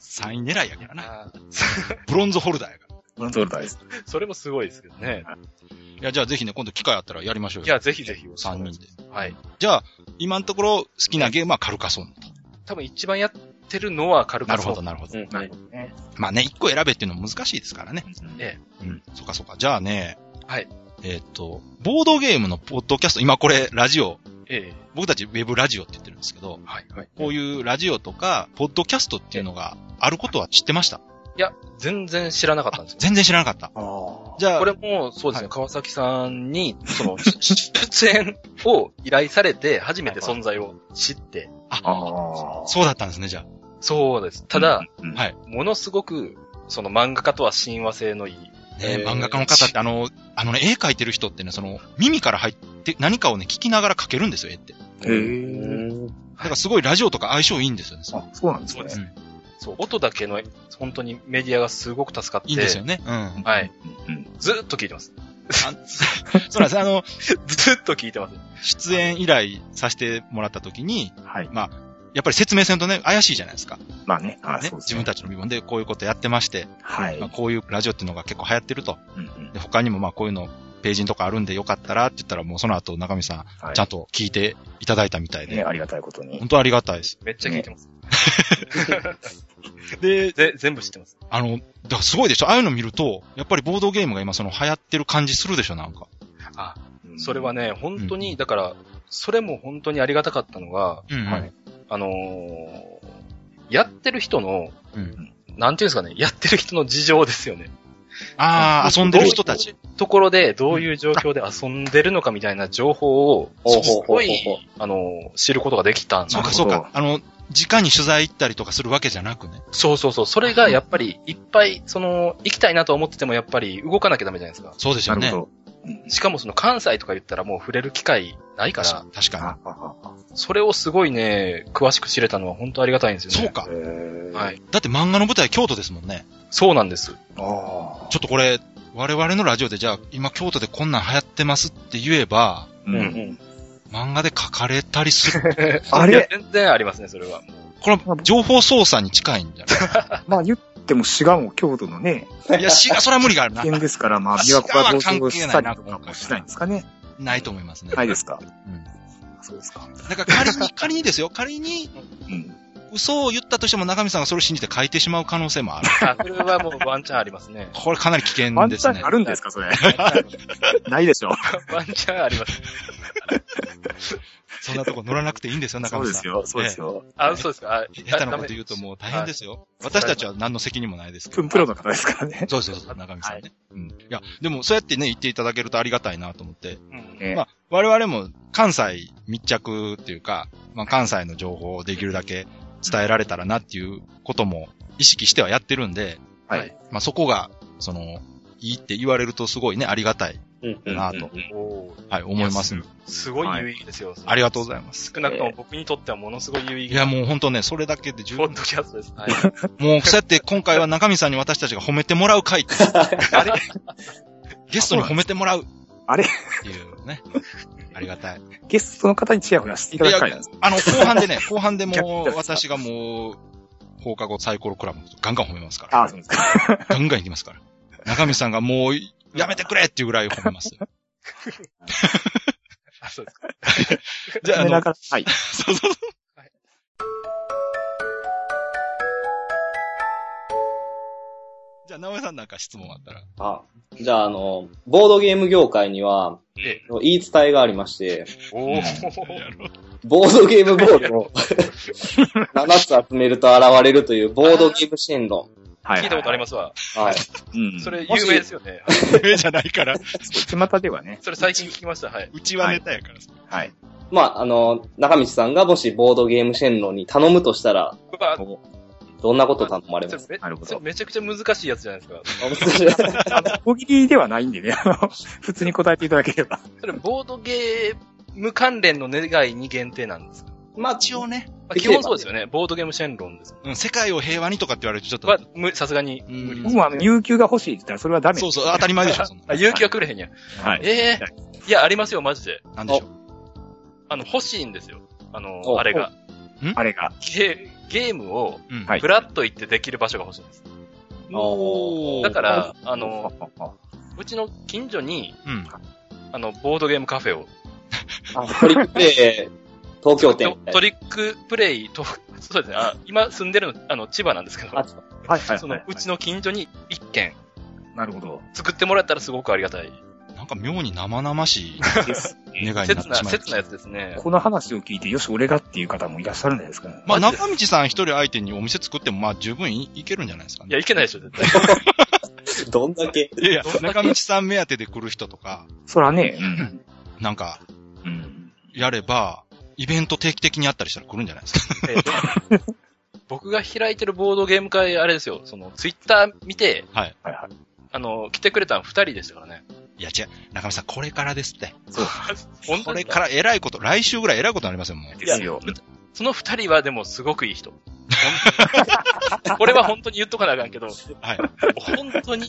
[SPEAKER 2] 3位狙いやからな。
[SPEAKER 5] あー
[SPEAKER 2] ブロンズホルダーやから。
[SPEAKER 3] ブロンズオルダーです。
[SPEAKER 5] それもすごいですけどね。
[SPEAKER 2] いや、じゃあぜひね、今度機会あったらやりましょうよ。
[SPEAKER 5] いや、ぜひぜひ。
[SPEAKER 2] 3人で。
[SPEAKER 5] はい。
[SPEAKER 2] じゃあ、今のところ好きなゲームはカルカソンヌと。
[SPEAKER 5] 多分一番やってるのは軽く
[SPEAKER 2] なるほど、。なるほど。
[SPEAKER 4] うん
[SPEAKER 3] なるほどね。
[SPEAKER 2] まあね、1個選べっていうのも難しいですからね。
[SPEAKER 5] え
[SPEAKER 2] うん。そうかそうか。じゃあね。
[SPEAKER 5] はい。
[SPEAKER 2] えーっと、ボードゲームのポッドキャスト、今これラジオ、
[SPEAKER 5] ええ。
[SPEAKER 2] 僕たちウェブラジオって言ってるんですけど、
[SPEAKER 5] はい、はい。
[SPEAKER 2] こういうラジオとか、ポッドキャストっていうのがあることは知ってました
[SPEAKER 5] いや、全然知らなかったんですよ。
[SPEAKER 2] 全然知らなかった。
[SPEAKER 3] ああ。
[SPEAKER 2] じゃあ、
[SPEAKER 5] これも、そうです
[SPEAKER 2] はい
[SPEAKER 5] ね、川崎さんに、その、出演を依頼されて、初めて存在を知って。
[SPEAKER 3] ああ。
[SPEAKER 2] そうだったんですね、じゃ
[SPEAKER 5] そうです。ただ、
[SPEAKER 3] うん
[SPEAKER 2] はい
[SPEAKER 5] ものすごく、その漫画家とは親和性のいい。
[SPEAKER 2] あ。ね
[SPEAKER 4] えー
[SPEAKER 2] 漫画家の方って、あの、あのね、絵描いてる人ってね、その、耳から入って、何かをね、聞きながら描けるんですよ、絵って。だ
[SPEAKER 3] へえ。
[SPEAKER 2] からすごいラジオとか相性いいんですよね。
[SPEAKER 3] あ、そうなんです
[SPEAKER 5] そう
[SPEAKER 3] ね
[SPEAKER 5] で。すね。そう、音だけの、本当にメディアがすごく助かって。
[SPEAKER 2] いいんですよね。うん。
[SPEAKER 5] はい。
[SPEAKER 3] うんうん
[SPEAKER 5] ずーっと聞いてます。
[SPEAKER 2] あ そうなんです。あの、
[SPEAKER 5] ずっと聞いてます。
[SPEAKER 2] 出演依頼させてもらった時に、
[SPEAKER 3] はい。
[SPEAKER 2] やっぱり説明せんとね、怪しいじゃないですか。
[SPEAKER 3] まあね、あ
[SPEAKER 2] ね
[SPEAKER 3] そうです
[SPEAKER 2] 自
[SPEAKER 3] ね
[SPEAKER 2] 分。たちの身分でこういうことやってまして、
[SPEAKER 3] はい。
[SPEAKER 2] まあ、こういうラジオっていうのが結構流行ってると。
[SPEAKER 3] うんうん
[SPEAKER 2] で、他にもまあこういうのページのとかあるんでよかったらって言ったらもうその後中身さん、
[SPEAKER 3] はい
[SPEAKER 2] ちゃんと聞いていただいたみたいで、
[SPEAKER 3] ね、ありがたいことに。
[SPEAKER 2] 本当ありがたいです。
[SPEAKER 5] めっちゃ聞いてます。
[SPEAKER 2] で、
[SPEAKER 5] ぜ全部知ってます。
[SPEAKER 2] あの、だからすごいでしょああいうの見ると、やっぱりボードゲームが今その流行ってる感じするでしょなんか。
[SPEAKER 5] あ、
[SPEAKER 3] うん
[SPEAKER 5] それはね、本当
[SPEAKER 2] う
[SPEAKER 5] に、
[SPEAKER 2] ん
[SPEAKER 5] だから、それも本当にありがたかったのが、
[SPEAKER 2] うん、
[SPEAKER 3] は
[SPEAKER 2] はいい。
[SPEAKER 5] あのーやってる人の、
[SPEAKER 2] うん。
[SPEAKER 5] なんていうんですかね、やってる人の事情ですよね。
[SPEAKER 2] ああ、遊んでる人たち。。
[SPEAKER 5] ところで、どういう状況で遊んでるのかみたいな情報を、
[SPEAKER 4] ほうほう
[SPEAKER 5] す
[SPEAKER 4] ほうほう
[SPEAKER 5] ごい、あのー知ることができたんだ
[SPEAKER 2] そうか、
[SPEAKER 3] なる
[SPEAKER 2] そ
[SPEAKER 3] ほ
[SPEAKER 2] う
[SPEAKER 3] ど
[SPEAKER 2] か。あの、直に取材行ったりとかするわけじゃなくね。
[SPEAKER 5] そうそうそう。それがやっぱり、いっぱい、その、行きたいなと思ってても、やっぱり動かなきゃダメじゃないですか。
[SPEAKER 2] そうですよ
[SPEAKER 3] な
[SPEAKER 2] ね
[SPEAKER 3] る。ほど。うん
[SPEAKER 5] しかもその関西とか言ったらもう触れる機会ないから、
[SPEAKER 2] 確か
[SPEAKER 3] ああああ
[SPEAKER 5] それをすごいね、詳しく知れたのは本当ありがたいんですよ
[SPEAKER 2] に。
[SPEAKER 5] ね。
[SPEAKER 2] そうか
[SPEAKER 3] へ。ー
[SPEAKER 5] はい。
[SPEAKER 2] だって漫画の舞台京都ですもんね。
[SPEAKER 5] そうなんです。
[SPEAKER 3] ああ。
[SPEAKER 2] ちょっとこれ、我々のラジオでじゃあ、今京都でこんなん流行ってますって言えば、
[SPEAKER 3] う。
[SPEAKER 5] うんん。
[SPEAKER 2] 漫画で書かれたりす る。
[SPEAKER 3] あ
[SPEAKER 5] いや
[SPEAKER 3] れ
[SPEAKER 5] 全然ありますね、それは。
[SPEAKER 2] これは情報操作に近いんじゃな
[SPEAKER 3] まあ言っても滋賀も京都のね、
[SPEAKER 2] いいや、滋賀、それは無理が あるな。
[SPEAKER 3] 県ですから、まあ
[SPEAKER 2] 滋
[SPEAKER 3] 琵琶湖
[SPEAKER 2] 賀
[SPEAKER 3] が
[SPEAKER 2] は
[SPEAKER 3] 上
[SPEAKER 2] 関
[SPEAKER 3] 昇
[SPEAKER 2] 係
[SPEAKER 3] し
[SPEAKER 2] な
[SPEAKER 3] た
[SPEAKER 2] いな
[SPEAKER 3] りとかもしないんですかね。
[SPEAKER 2] ないと思いますね。
[SPEAKER 3] ないですか。
[SPEAKER 2] うん。
[SPEAKER 3] そうですか。
[SPEAKER 2] だから仮に、仮にですよ、仮に
[SPEAKER 3] うん。
[SPEAKER 2] 嘘を言ったとしても中身さんがそれを信じて書いてしまう可能性もある。
[SPEAKER 5] あそれはもうワ ンチャンありますね。
[SPEAKER 2] これかなり危険
[SPEAKER 3] ワン
[SPEAKER 2] で
[SPEAKER 3] チ
[SPEAKER 2] す
[SPEAKER 3] ャ
[SPEAKER 2] ね
[SPEAKER 3] ンあ。るんですか、それ。
[SPEAKER 5] ワンチャンあります
[SPEAKER 3] ないでしょ。
[SPEAKER 5] ワンチャンあります。
[SPEAKER 2] そんなとこ乗らなくていいんですよ、中
[SPEAKER 3] そう
[SPEAKER 2] 身
[SPEAKER 3] で
[SPEAKER 2] さん。
[SPEAKER 3] すよ。そうですよ。
[SPEAKER 5] あ、そうですか。あ。
[SPEAKER 2] 下手なこと言うともう大変ですすよ。私たちは何の責任もないですけ
[SPEAKER 3] プ
[SPEAKER 2] ど。
[SPEAKER 3] ンプロの方ですから ね。
[SPEAKER 2] そうそうそう、中身さんね。うん。いや、でもそうやってね、言っていただけるとありがたいなと思って。
[SPEAKER 5] うん
[SPEAKER 3] ね
[SPEAKER 2] まあ、我々も関西密着っていうか、まあ、関西の情報をできるだけ伝えられたらなっていうことも意識してはやってるんで、
[SPEAKER 3] はい。
[SPEAKER 2] まあ、そこが、その、いいって言われるとすごいね、ありがたい、
[SPEAKER 4] うんうん
[SPEAKER 2] なと、
[SPEAKER 5] おー
[SPEAKER 2] はい、思います。
[SPEAKER 5] すごい有意義ですよ。
[SPEAKER 2] ありがとう
[SPEAKER 5] う
[SPEAKER 2] ございます。
[SPEAKER 5] 少なくとも僕にとってはものすごい有意
[SPEAKER 2] い
[SPEAKER 5] 義
[SPEAKER 2] や、
[SPEAKER 5] な
[SPEAKER 2] もうほんとね、それだけで十
[SPEAKER 5] ポッ
[SPEAKER 2] 分
[SPEAKER 5] ド。キャストです。はい。
[SPEAKER 2] もう、そうやって今回は中身さんに私たちが褒めてもら う回って、あれゲストに褒めてもらう。
[SPEAKER 3] あれ
[SPEAKER 2] っていうね。ありがたい。
[SPEAKER 3] ゲストの方にチヤホヤしていただく回なんです。
[SPEAKER 2] あの、後半で ね、後半で
[SPEAKER 3] キャッ
[SPEAKER 2] も
[SPEAKER 3] キャ
[SPEAKER 2] う、
[SPEAKER 3] ッ
[SPEAKER 2] 私がもう、放課後サイコロクラブのことガンガン褒めますから。
[SPEAKER 3] ああ、そうですか。
[SPEAKER 2] ガンガン行きますから。中身さんがもう、やめてくれっていうぐらい褒 めますよ。
[SPEAKER 5] あそうですか。
[SPEAKER 2] じゃあ、あの
[SPEAKER 3] な、かなかはい。
[SPEAKER 2] そうそうそう
[SPEAKER 5] はい。
[SPEAKER 2] じゃあ、直江さんなんか質問あったら。
[SPEAKER 4] あじゃあ、あの、ボードゲーム業界には、
[SPEAKER 5] え
[SPEAKER 4] 言い伝えがありまして、
[SPEAKER 5] おお。
[SPEAKER 4] ボードゲームボールを7つ集めると現れるというボードゲームシェンロ
[SPEAKER 3] は。
[SPEAKER 5] 聞いたことありますすわ。
[SPEAKER 4] ン。はい。
[SPEAKER 3] うん。
[SPEAKER 5] そ
[SPEAKER 3] それ、
[SPEAKER 5] れ有名ですよね。はい
[SPEAKER 2] 上じゃないから。。
[SPEAKER 3] 巷ではね。
[SPEAKER 5] それ最近聞きました。はいう
[SPEAKER 2] ちはネタやから。
[SPEAKER 3] はい。
[SPEAKER 4] まあ、あの、中道さんがもしボードゲームシェンロンに頼むとしたら、
[SPEAKER 5] うわ
[SPEAKER 3] お
[SPEAKER 4] どんなこと頼まれ
[SPEAKER 5] そ
[SPEAKER 4] ま
[SPEAKER 5] れ
[SPEAKER 4] す
[SPEAKER 5] め
[SPEAKER 3] なるほど
[SPEAKER 5] それめちゃくちゃ難しいやつじゃないですか。
[SPEAKER 4] か
[SPEAKER 3] 大喜利ではないんでね、あの、普通に答えていただければ。
[SPEAKER 5] それボードゲーム関連の願いに限定なんですか
[SPEAKER 4] まあ、
[SPEAKER 2] 一応ね、
[SPEAKER 5] まあ基本そうですよね。ボードゲームシェンロンです。
[SPEAKER 2] うん、世界を平和にとかって言われるとちょっと。
[SPEAKER 5] は、むさすがに無理で
[SPEAKER 3] 僕
[SPEAKER 5] す。
[SPEAKER 3] もあの、有給が欲しいって言ったらそれはダメ。
[SPEAKER 2] そうそう、当たり前でしょ、そんな
[SPEAKER 5] あ、。勇気はくれへんや。
[SPEAKER 3] はい。
[SPEAKER 5] ええいや、ありますよ、マジで。
[SPEAKER 2] なんでしょう。
[SPEAKER 5] あの、欲しいんですよ。あの、
[SPEAKER 4] お
[SPEAKER 5] あれが。
[SPEAKER 3] あれが。
[SPEAKER 5] ゲゲームを、
[SPEAKER 2] うん。
[SPEAKER 3] はい
[SPEAKER 5] フラッと行ってできる場所が欲しいんです。
[SPEAKER 2] おー
[SPEAKER 5] だから、あ
[SPEAKER 3] あ
[SPEAKER 5] の、、うちの近所に、
[SPEAKER 2] うん。
[SPEAKER 5] あの、ボードゲームカフェを、
[SPEAKER 4] トリックプレイ、東京店みたい
[SPEAKER 5] トリックプレイと、そうですね、あ今住んでるの、あの、千葉なんですけど、
[SPEAKER 4] な。あ
[SPEAKER 3] はいはい。
[SPEAKER 5] その、うち
[SPEAKER 3] の。
[SPEAKER 5] の近所に一軒
[SPEAKER 3] なるほど。
[SPEAKER 5] 作ってもらったらすごくありがたい。
[SPEAKER 2] なんか妙に生々しい
[SPEAKER 3] です。
[SPEAKER 2] 願い になってし
[SPEAKER 5] 切
[SPEAKER 2] ま
[SPEAKER 5] な、
[SPEAKER 2] う。
[SPEAKER 5] 切なやつですね。
[SPEAKER 3] この話を聞いて、よし、俺がっていう方もいらっしゃるんじゃないですかね。
[SPEAKER 2] まあ、
[SPEAKER 5] マジで
[SPEAKER 2] 中道さん一人相手にお店作っても、まあ、十分いいけるんじゃないですか
[SPEAKER 5] いや、
[SPEAKER 2] ね。
[SPEAKER 5] いけないでし ょ、絶対。
[SPEAKER 4] どんだけ。
[SPEAKER 2] いやいや、中道さん目当てで来る人とか、
[SPEAKER 3] そらね、うん
[SPEAKER 2] なんか、
[SPEAKER 3] うん。
[SPEAKER 2] やれば、イベント定期的にあったりしたら来るんじゃないですか。
[SPEAKER 5] ええでも僕が開いてるボードゲーム会、あれですよ、その、ツイッター見て、
[SPEAKER 3] はいはい。
[SPEAKER 5] あの、来てくれたの二人でしたからね。
[SPEAKER 2] いや、違う。中道さん、これからですって。
[SPEAKER 5] 本
[SPEAKER 2] こ
[SPEAKER 5] 当
[SPEAKER 2] れ
[SPEAKER 5] に
[SPEAKER 2] から偉いこと、来週ぐらい偉いことになりますよ、もう。
[SPEAKER 3] ですよ。
[SPEAKER 5] その二人はでもすごくいい人。これは本当に言っとかなあかんけど、
[SPEAKER 2] はい。
[SPEAKER 5] 本当に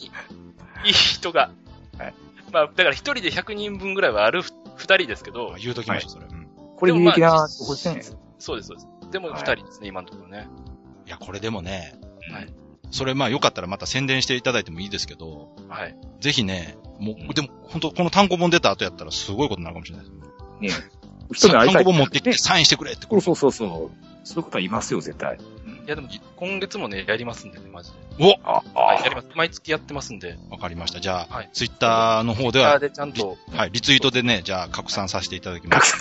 [SPEAKER 5] いい人が
[SPEAKER 3] はい
[SPEAKER 5] まあ、だから一人で100人分ぐらいはあるふ二人ですけど
[SPEAKER 2] あ、言うときましょう、それ。うん
[SPEAKER 3] これ有益なとこですね。
[SPEAKER 5] そうです、そうです。でも
[SPEAKER 3] は
[SPEAKER 5] 二
[SPEAKER 3] い
[SPEAKER 5] 人ですね、今のところね。
[SPEAKER 2] いや、これでもね、
[SPEAKER 5] はい。
[SPEAKER 2] それまあよかったらまた宣伝していただいてもいいですけど、
[SPEAKER 5] はい。
[SPEAKER 2] ぜひね、も
[SPEAKER 5] うん
[SPEAKER 2] う、でも本当この単行本出た後やったらすごいことになるかもしれないですね。
[SPEAKER 3] ね一人会いた
[SPEAKER 2] 単
[SPEAKER 3] い。
[SPEAKER 2] 行本持ってきて
[SPEAKER 3] ね
[SPEAKER 2] サインしてくれってこ
[SPEAKER 3] そう
[SPEAKER 2] れ。
[SPEAKER 3] そうそうそう。そういう方いますよ、絶対。
[SPEAKER 5] いや、でも、今月もね、やりますんでね、マジで。
[SPEAKER 3] あ
[SPEAKER 5] は
[SPEAKER 3] あ
[SPEAKER 5] い、やります。毎月やってますんで。
[SPEAKER 2] わかりました。じゃあ、
[SPEAKER 5] はい
[SPEAKER 2] ツイッターの方で
[SPEAKER 5] あ
[SPEAKER 2] は、
[SPEAKER 5] でちゃんと
[SPEAKER 2] はい、リツイートでね、じゃあ拡散させていただきます。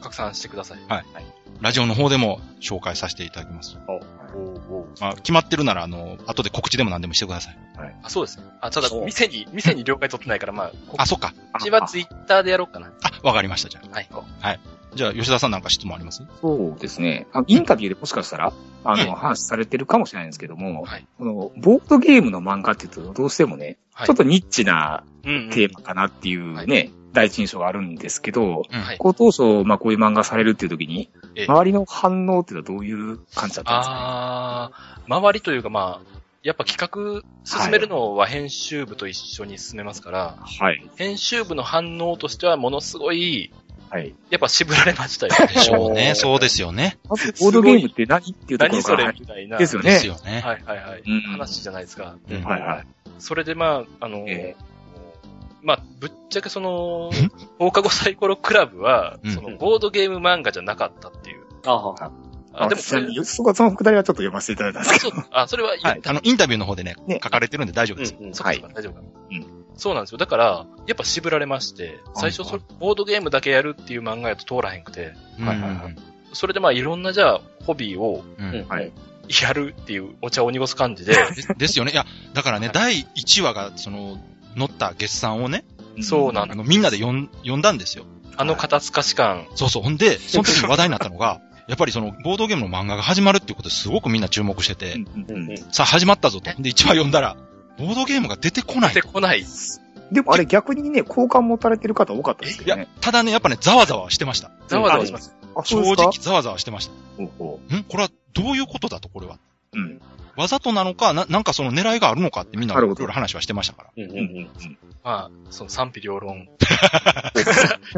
[SPEAKER 5] 拡散してください。
[SPEAKER 2] はいラジオの方でも紹介させていただきます。
[SPEAKER 5] おーおー
[SPEAKER 2] まあ、決まってるなら、あの、後で告知でも何でもしてください。
[SPEAKER 5] あ、そうですね。あ、ただ
[SPEAKER 4] そ、う
[SPEAKER 5] 店に、店に了解取ってないから、まあ、こ
[SPEAKER 2] あ、そっか。
[SPEAKER 5] っちはツイッターでやろうかな。
[SPEAKER 2] あ、わかりました、じゃ
[SPEAKER 5] はい。
[SPEAKER 2] あ。じゃあ、吉田さんなんか質問あります
[SPEAKER 3] そうですね。あインタビューでもしかしたら、あの、話されてるかもしれないんですけども、
[SPEAKER 5] はい
[SPEAKER 3] この、ボードゲームの漫画っていうと、どうしてもね、
[SPEAKER 5] はい
[SPEAKER 3] ちょっとニッチな
[SPEAKER 5] うん、うん。
[SPEAKER 3] テーマかなっていうね、第一印象があるんですけど、
[SPEAKER 2] うん
[SPEAKER 5] はい。
[SPEAKER 3] こう当初、まあこういう漫画されるっていう時に、
[SPEAKER 5] ええ
[SPEAKER 3] 周りの反応っていうのはどういう感じだったんですか
[SPEAKER 5] あー、周りというか、まあ、やっぱ企画進めるのは編集部と一緒に進めますから、
[SPEAKER 3] はい。
[SPEAKER 5] 編集部の反応としてはものすごい、
[SPEAKER 3] はい。
[SPEAKER 5] やっぱ渋られましたよ。
[SPEAKER 2] でしょうね。
[SPEAKER 4] おー
[SPEAKER 2] そうですよね。
[SPEAKER 3] まず、 ボードゲームって何っていうとこ
[SPEAKER 5] 何
[SPEAKER 3] ろ
[SPEAKER 5] そ
[SPEAKER 3] か
[SPEAKER 5] れ
[SPEAKER 3] ら、
[SPEAKER 5] みたいな。
[SPEAKER 3] ですよね
[SPEAKER 2] ですよね。
[SPEAKER 5] はいはいはい。
[SPEAKER 3] うん
[SPEAKER 5] 話じゃないですか。
[SPEAKER 2] うん
[SPEAKER 3] はいはい。
[SPEAKER 5] それでまあ、あの、
[SPEAKER 3] え
[SPEAKER 5] まあ、ぶっちゃけその、放課後サイコロクラブは、
[SPEAKER 2] うん
[SPEAKER 5] その、ボードゲーム漫画じゃなかったっていう。
[SPEAKER 4] あはは。
[SPEAKER 5] あ、でも
[SPEAKER 3] ち
[SPEAKER 5] そ
[SPEAKER 3] な
[SPEAKER 5] れ
[SPEAKER 3] み、にそこそのくだりはちょっと読ませていただいたんです
[SPEAKER 5] あ
[SPEAKER 3] け
[SPEAKER 5] そうあ、それは言
[SPEAKER 2] は
[SPEAKER 5] っ
[SPEAKER 2] い。
[SPEAKER 5] た。
[SPEAKER 2] あの、インタビューの方でね、
[SPEAKER 3] ね
[SPEAKER 2] 書かれてるんで大丈夫です。
[SPEAKER 4] うんうん
[SPEAKER 5] そっかそっか、大丈夫かな。そうなんですよ。だから、やっぱ渋られまして、最初それ、ボードゲームだけやるっていう漫画やと通らへんくて、
[SPEAKER 2] うん
[SPEAKER 3] はいはいは
[SPEAKER 5] それでまあ、いろんなじゃあ、ホビーを
[SPEAKER 2] うんうん
[SPEAKER 3] はい。
[SPEAKER 5] やるっていう、お茶を濁す感じで、
[SPEAKER 2] でですよね。いや、だからね、第1話が、その、乗った月産をね、
[SPEAKER 3] ど。
[SPEAKER 5] そうなん
[SPEAKER 2] あの、みんなで読ん読んだんですよ。
[SPEAKER 5] あの肩透かし感、
[SPEAKER 2] そうそう。ほんで、その時に話題になった のが、やっぱりその、ボードゲームの漫画が始まるっていうことですごくみんな注目してて、
[SPEAKER 3] うんうんうん
[SPEAKER 2] さあ始まったぞと。で、1話読んだら、ボードゲームが出てこない
[SPEAKER 5] 出て。こない。
[SPEAKER 3] でもあれ逆にね、好感持たれてる方多かったですけ
[SPEAKER 2] い
[SPEAKER 3] ど
[SPEAKER 2] や
[SPEAKER 3] ね。、
[SPEAKER 2] ただね、やっぱね、ざわざわしてました。
[SPEAKER 5] ざわざわします。
[SPEAKER 3] あ、そ
[SPEAKER 2] 正
[SPEAKER 3] うですか
[SPEAKER 2] 直ざわざわしてまし
[SPEAKER 3] ほうほ
[SPEAKER 2] た。んこれはどういうことだと、これは。
[SPEAKER 3] う。うん。
[SPEAKER 2] わざとなのか、な、なんかその狙いがあるのかってみんな、い
[SPEAKER 3] なる
[SPEAKER 2] ろ
[SPEAKER 3] ほ
[SPEAKER 2] い
[SPEAKER 3] ど
[SPEAKER 2] ろ話はしてましたから。
[SPEAKER 4] うんうんうん。
[SPEAKER 5] まあ、その賛否両論。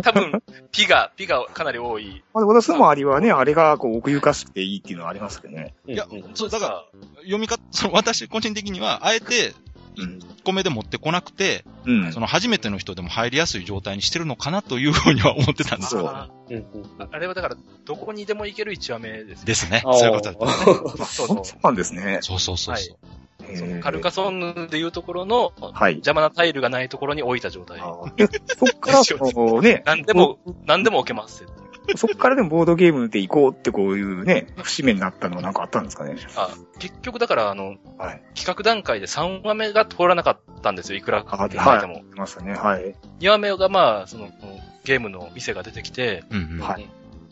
[SPEAKER 5] 多分、ピが、ピがかなり多い。
[SPEAKER 3] まあ、私の周りはね、あれがこう奥ゆかしくていいっていうのはありますけどね。
[SPEAKER 4] い
[SPEAKER 2] いや、そう、だ
[SPEAKER 5] だ
[SPEAKER 2] から、
[SPEAKER 5] か
[SPEAKER 2] 読み方、その私個人的には、あえて、
[SPEAKER 3] うん。
[SPEAKER 2] 1個目で持ってこなくて、
[SPEAKER 3] うん
[SPEAKER 2] そ。の初めての人でも入りやすい状態にしてるのかなというふうには思ってたん
[SPEAKER 5] ら、
[SPEAKER 2] です
[SPEAKER 3] そう
[SPEAKER 5] あ
[SPEAKER 4] うんうん
[SPEAKER 5] ああれはだから、どこにでも行ける一話目ですよ。
[SPEAKER 2] ですね。
[SPEAKER 4] あー
[SPEAKER 2] そういうことだった。
[SPEAKER 5] そ う
[SPEAKER 3] そう
[SPEAKER 5] そう。
[SPEAKER 3] なんですね。
[SPEAKER 2] そうそうそうそう。
[SPEAKER 5] その
[SPEAKER 3] へー
[SPEAKER 5] カルカソンヌでいうところの、
[SPEAKER 3] はい。
[SPEAKER 5] 邪魔なタイルがないところに置いた状態。
[SPEAKER 3] あーでそっから、そのね、
[SPEAKER 5] 何でも、何でも置けますって。
[SPEAKER 3] そっからでもボードゲームで行こうってこういうね、節目になったのはなんかあったんですかね。
[SPEAKER 5] あ結局だから、あの、
[SPEAKER 3] はい。
[SPEAKER 5] 企画段階で3話目が通らなかったんですよ、いくら考えても。
[SPEAKER 3] はいありましたね。はい。
[SPEAKER 5] 2話目がまあ、その、ゲームの店が出てきて、
[SPEAKER 2] うんうん。
[SPEAKER 3] はい。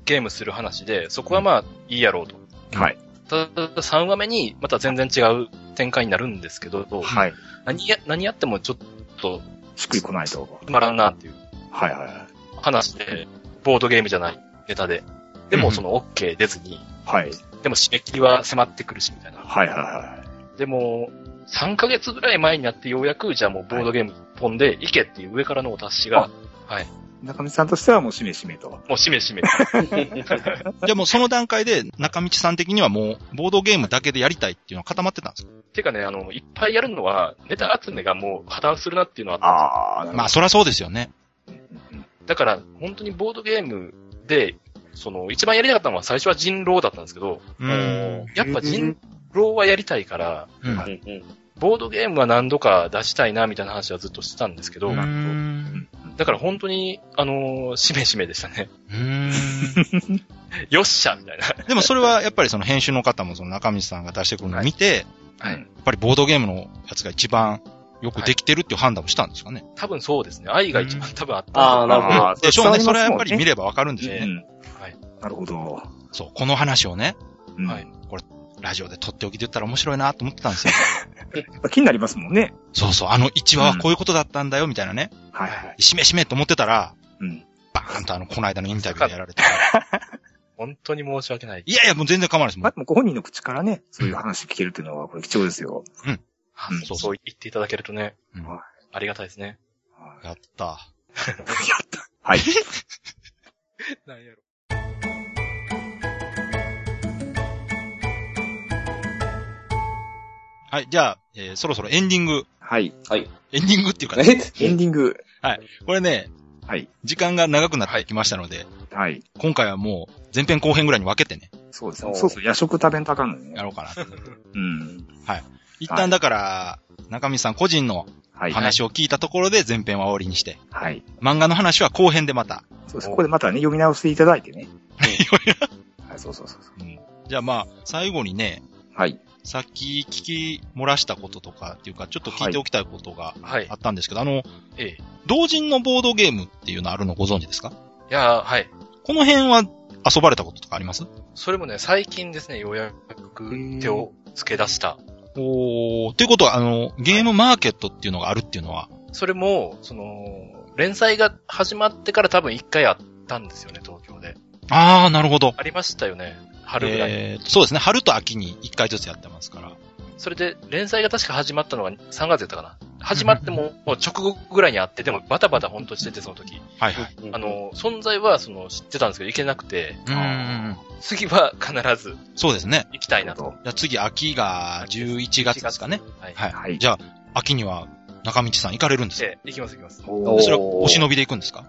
[SPEAKER 5] ゲームする話で、そこはまあ、いいやろうと。
[SPEAKER 3] はい。
[SPEAKER 5] ただ、3話目に、また全然違う展開になるんですけど、
[SPEAKER 3] はい。
[SPEAKER 5] 何や、何やってもちょっと、
[SPEAKER 3] しっくりこないと。
[SPEAKER 5] つまらんなっていう
[SPEAKER 3] はいはいはい。
[SPEAKER 5] 話で、ボードゲームじゃないネタで。で
[SPEAKER 2] う
[SPEAKER 5] も、
[SPEAKER 2] ん
[SPEAKER 5] その、OK 出ずに、
[SPEAKER 3] はい。
[SPEAKER 5] でも締め切りは迫ってくるし、みたいな。
[SPEAKER 3] はいはいはい。
[SPEAKER 5] でも、3ヶ月ぐらい前になってようやく、じゃあもうボードゲーム飛んで、行けっていう上からのお達しが、
[SPEAKER 3] 中野さんとしてはもうしめしめと。
[SPEAKER 5] もうしめしめ。
[SPEAKER 2] でもその段階で中道さん的にはもうボードゲームだけでやりたいっていうのは固まってたんですか
[SPEAKER 5] てかね、あの、いっぱいやるのは、ネタ集めがもう破綻するなっていうのはあっ
[SPEAKER 3] ああ、
[SPEAKER 2] まあそりゃそうですよね。
[SPEAKER 5] た、だから、本当にボードゲームで、その、一番やりたかったのは最初は人狼だったんですけど、
[SPEAKER 2] う
[SPEAKER 4] うん
[SPEAKER 2] ん。
[SPEAKER 5] やっぱ人狼はやりたいから、
[SPEAKER 2] うん
[SPEAKER 4] うんうん
[SPEAKER 5] ボードゲームは何度か出したいな、みたいな話はずっとしてたんですけど、
[SPEAKER 2] う
[SPEAKER 3] うんん。
[SPEAKER 5] だから本当に、あのーしめしめでしたね。
[SPEAKER 2] うん
[SPEAKER 5] よっしゃみたいな。
[SPEAKER 2] でもそれはやっぱりその編集の方もその中道さんが出してくるのを見て、
[SPEAKER 5] はい。
[SPEAKER 2] やっぱりボードゲームのやつが一番よくできてるっていう判断をしたんですかね。
[SPEAKER 5] 多分そうですね。愛が一番多分あった。
[SPEAKER 4] ああ、なるほど。
[SPEAKER 3] あー
[SPEAKER 2] でしょうね。それはやっぱり見
[SPEAKER 3] れ
[SPEAKER 2] ればわかるんですよ
[SPEAKER 5] ば
[SPEAKER 3] う
[SPEAKER 2] ね。
[SPEAKER 3] ん。
[SPEAKER 5] はい。
[SPEAKER 3] なるほど。
[SPEAKER 2] そう。この話をね、
[SPEAKER 3] うん
[SPEAKER 5] はい。
[SPEAKER 2] ラジオで撮っておきで言ったら面白いなと思ってたんですよ。
[SPEAKER 3] 気になりますもんね。
[SPEAKER 2] そうそう。あの1話はこういうことだったんだよみたいなね。
[SPEAKER 3] はいはい。
[SPEAKER 2] しめしめと思ってたら、
[SPEAKER 3] うん。
[SPEAKER 2] バーンとあの、この間のインタビューでやられて。
[SPEAKER 5] 本当に申し訳ない。
[SPEAKER 2] いやいや、もう全然構わないです。も
[SPEAKER 3] まあ
[SPEAKER 2] う
[SPEAKER 3] でもご本人の口からね、そういう話聞けるっていうのは、これ貴重ですよ。
[SPEAKER 5] そうそう言っていただけるとね
[SPEAKER 2] うん、
[SPEAKER 5] ありがたいですね。
[SPEAKER 3] はい
[SPEAKER 2] やった。
[SPEAKER 3] はい。
[SPEAKER 5] なんやろ。
[SPEAKER 2] はい、じゃあ、えーそろそろエンディング。
[SPEAKER 3] はい。
[SPEAKER 2] エンディングっていうか、ね、
[SPEAKER 4] え
[SPEAKER 3] エンディング。
[SPEAKER 2] これね、
[SPEAKER 3] はい。
[SPEAKER 2] 時間が長くなってきましたので、
[SPEAKER 3] はい。
[SPEAKER 2] 今回はもう前編後編ぐらいに分けてね、
[SPEAKER 3] そうです
[SPEAKER 4] お
[SPEAKER 3] ね。
[SPEAKER 4] ー
[SPEAKER 3] そうそう、夜食食べんとあかんの
[SPEAKER 2] や
[SPEAKER 3] ね。
[SPEAKER 2] ろうかなと。
[SPEAKER 3] うん。
[SPEAKER 2] 一旦だから、中見さん個人の
[SPEAKER 3] はい。
[SPEAKER 2] 話を聞いたところで前編は終わりにして、
[SPEAKER 3] はい。
[SPEAKER 2] 漫画の話は後編でまた。
[SPEAKER 3] そうです。ここでまたね、読み直していただいてね。 はい、そうそうそうそう。
[SPEAKER 2] うんじゃあまあ、最後にね、
[SPEAKER 3] はい。
[SPEAKER 2] さっき聞き漏らしたこととかっていうか、ちょっと聞いておきたいことが
[SPEAKER 5] はい
[SPEAKER 2] あ。ったんですけど、あの、
[SPEAKER 5] ええ。い
[SPEAKER 2] 同人のボードゲームっていうのあるのご存知ですか
[SPEAKER 5] やーはい。
[SPEAKER 2] この辺は遊ばれたこととかあります
[SPEAKER 5] それもね、最近ですね、ようやく手を付け出した。
[SPEAKER 2] おー、ということは、あの、ゲームマーケットっていうのがあるっていうのは、
[SPEAKER 5] それも、その、連載が始まってから多分一回あったんですよね、東京で。
[SPEAKER 2] あー、なるほど。
[SPEAKER 5] ありましたよね、春ぐらい。
[SPEAKER 2] えーとそうですね。春と秋に1回ずつやってますから。
[SPEAKER 5] それで、連載が確か始まったのが3月やったかな。始まっても、もう直後ぐらいにあって、でもバタバタ本当してて、その時。
[SPEAKER 2] はいはい。
[SPEAKER 5] あ、の、存在はその知ってたんですけど、行けなくて、
[SPEAKER 2] うーん。
[SPEAKER 5] 次は必ず
[SPEAKER 2] そうですね。
[SPEAKER 5] 行きたいなと。
[SPEAKER 2] じゃあ次、秋が11月ですかね。
[SPEAKER 5] はい。
[SPEAKER 2] はい。
[SPEAKER 3] はい
[SPEAKER 2] じゃあ、秋には中道さん行かれるんですか
[SPEAKER 5] ええ、行きます行きます。
[SPEAKER 3] お
[SPEAKER 4] お
[SPEAKER 3] ー
[SPEAKER 2] それは
[SPEAKER 4] おー
[SPEAKER 2] お忍びで行くんですか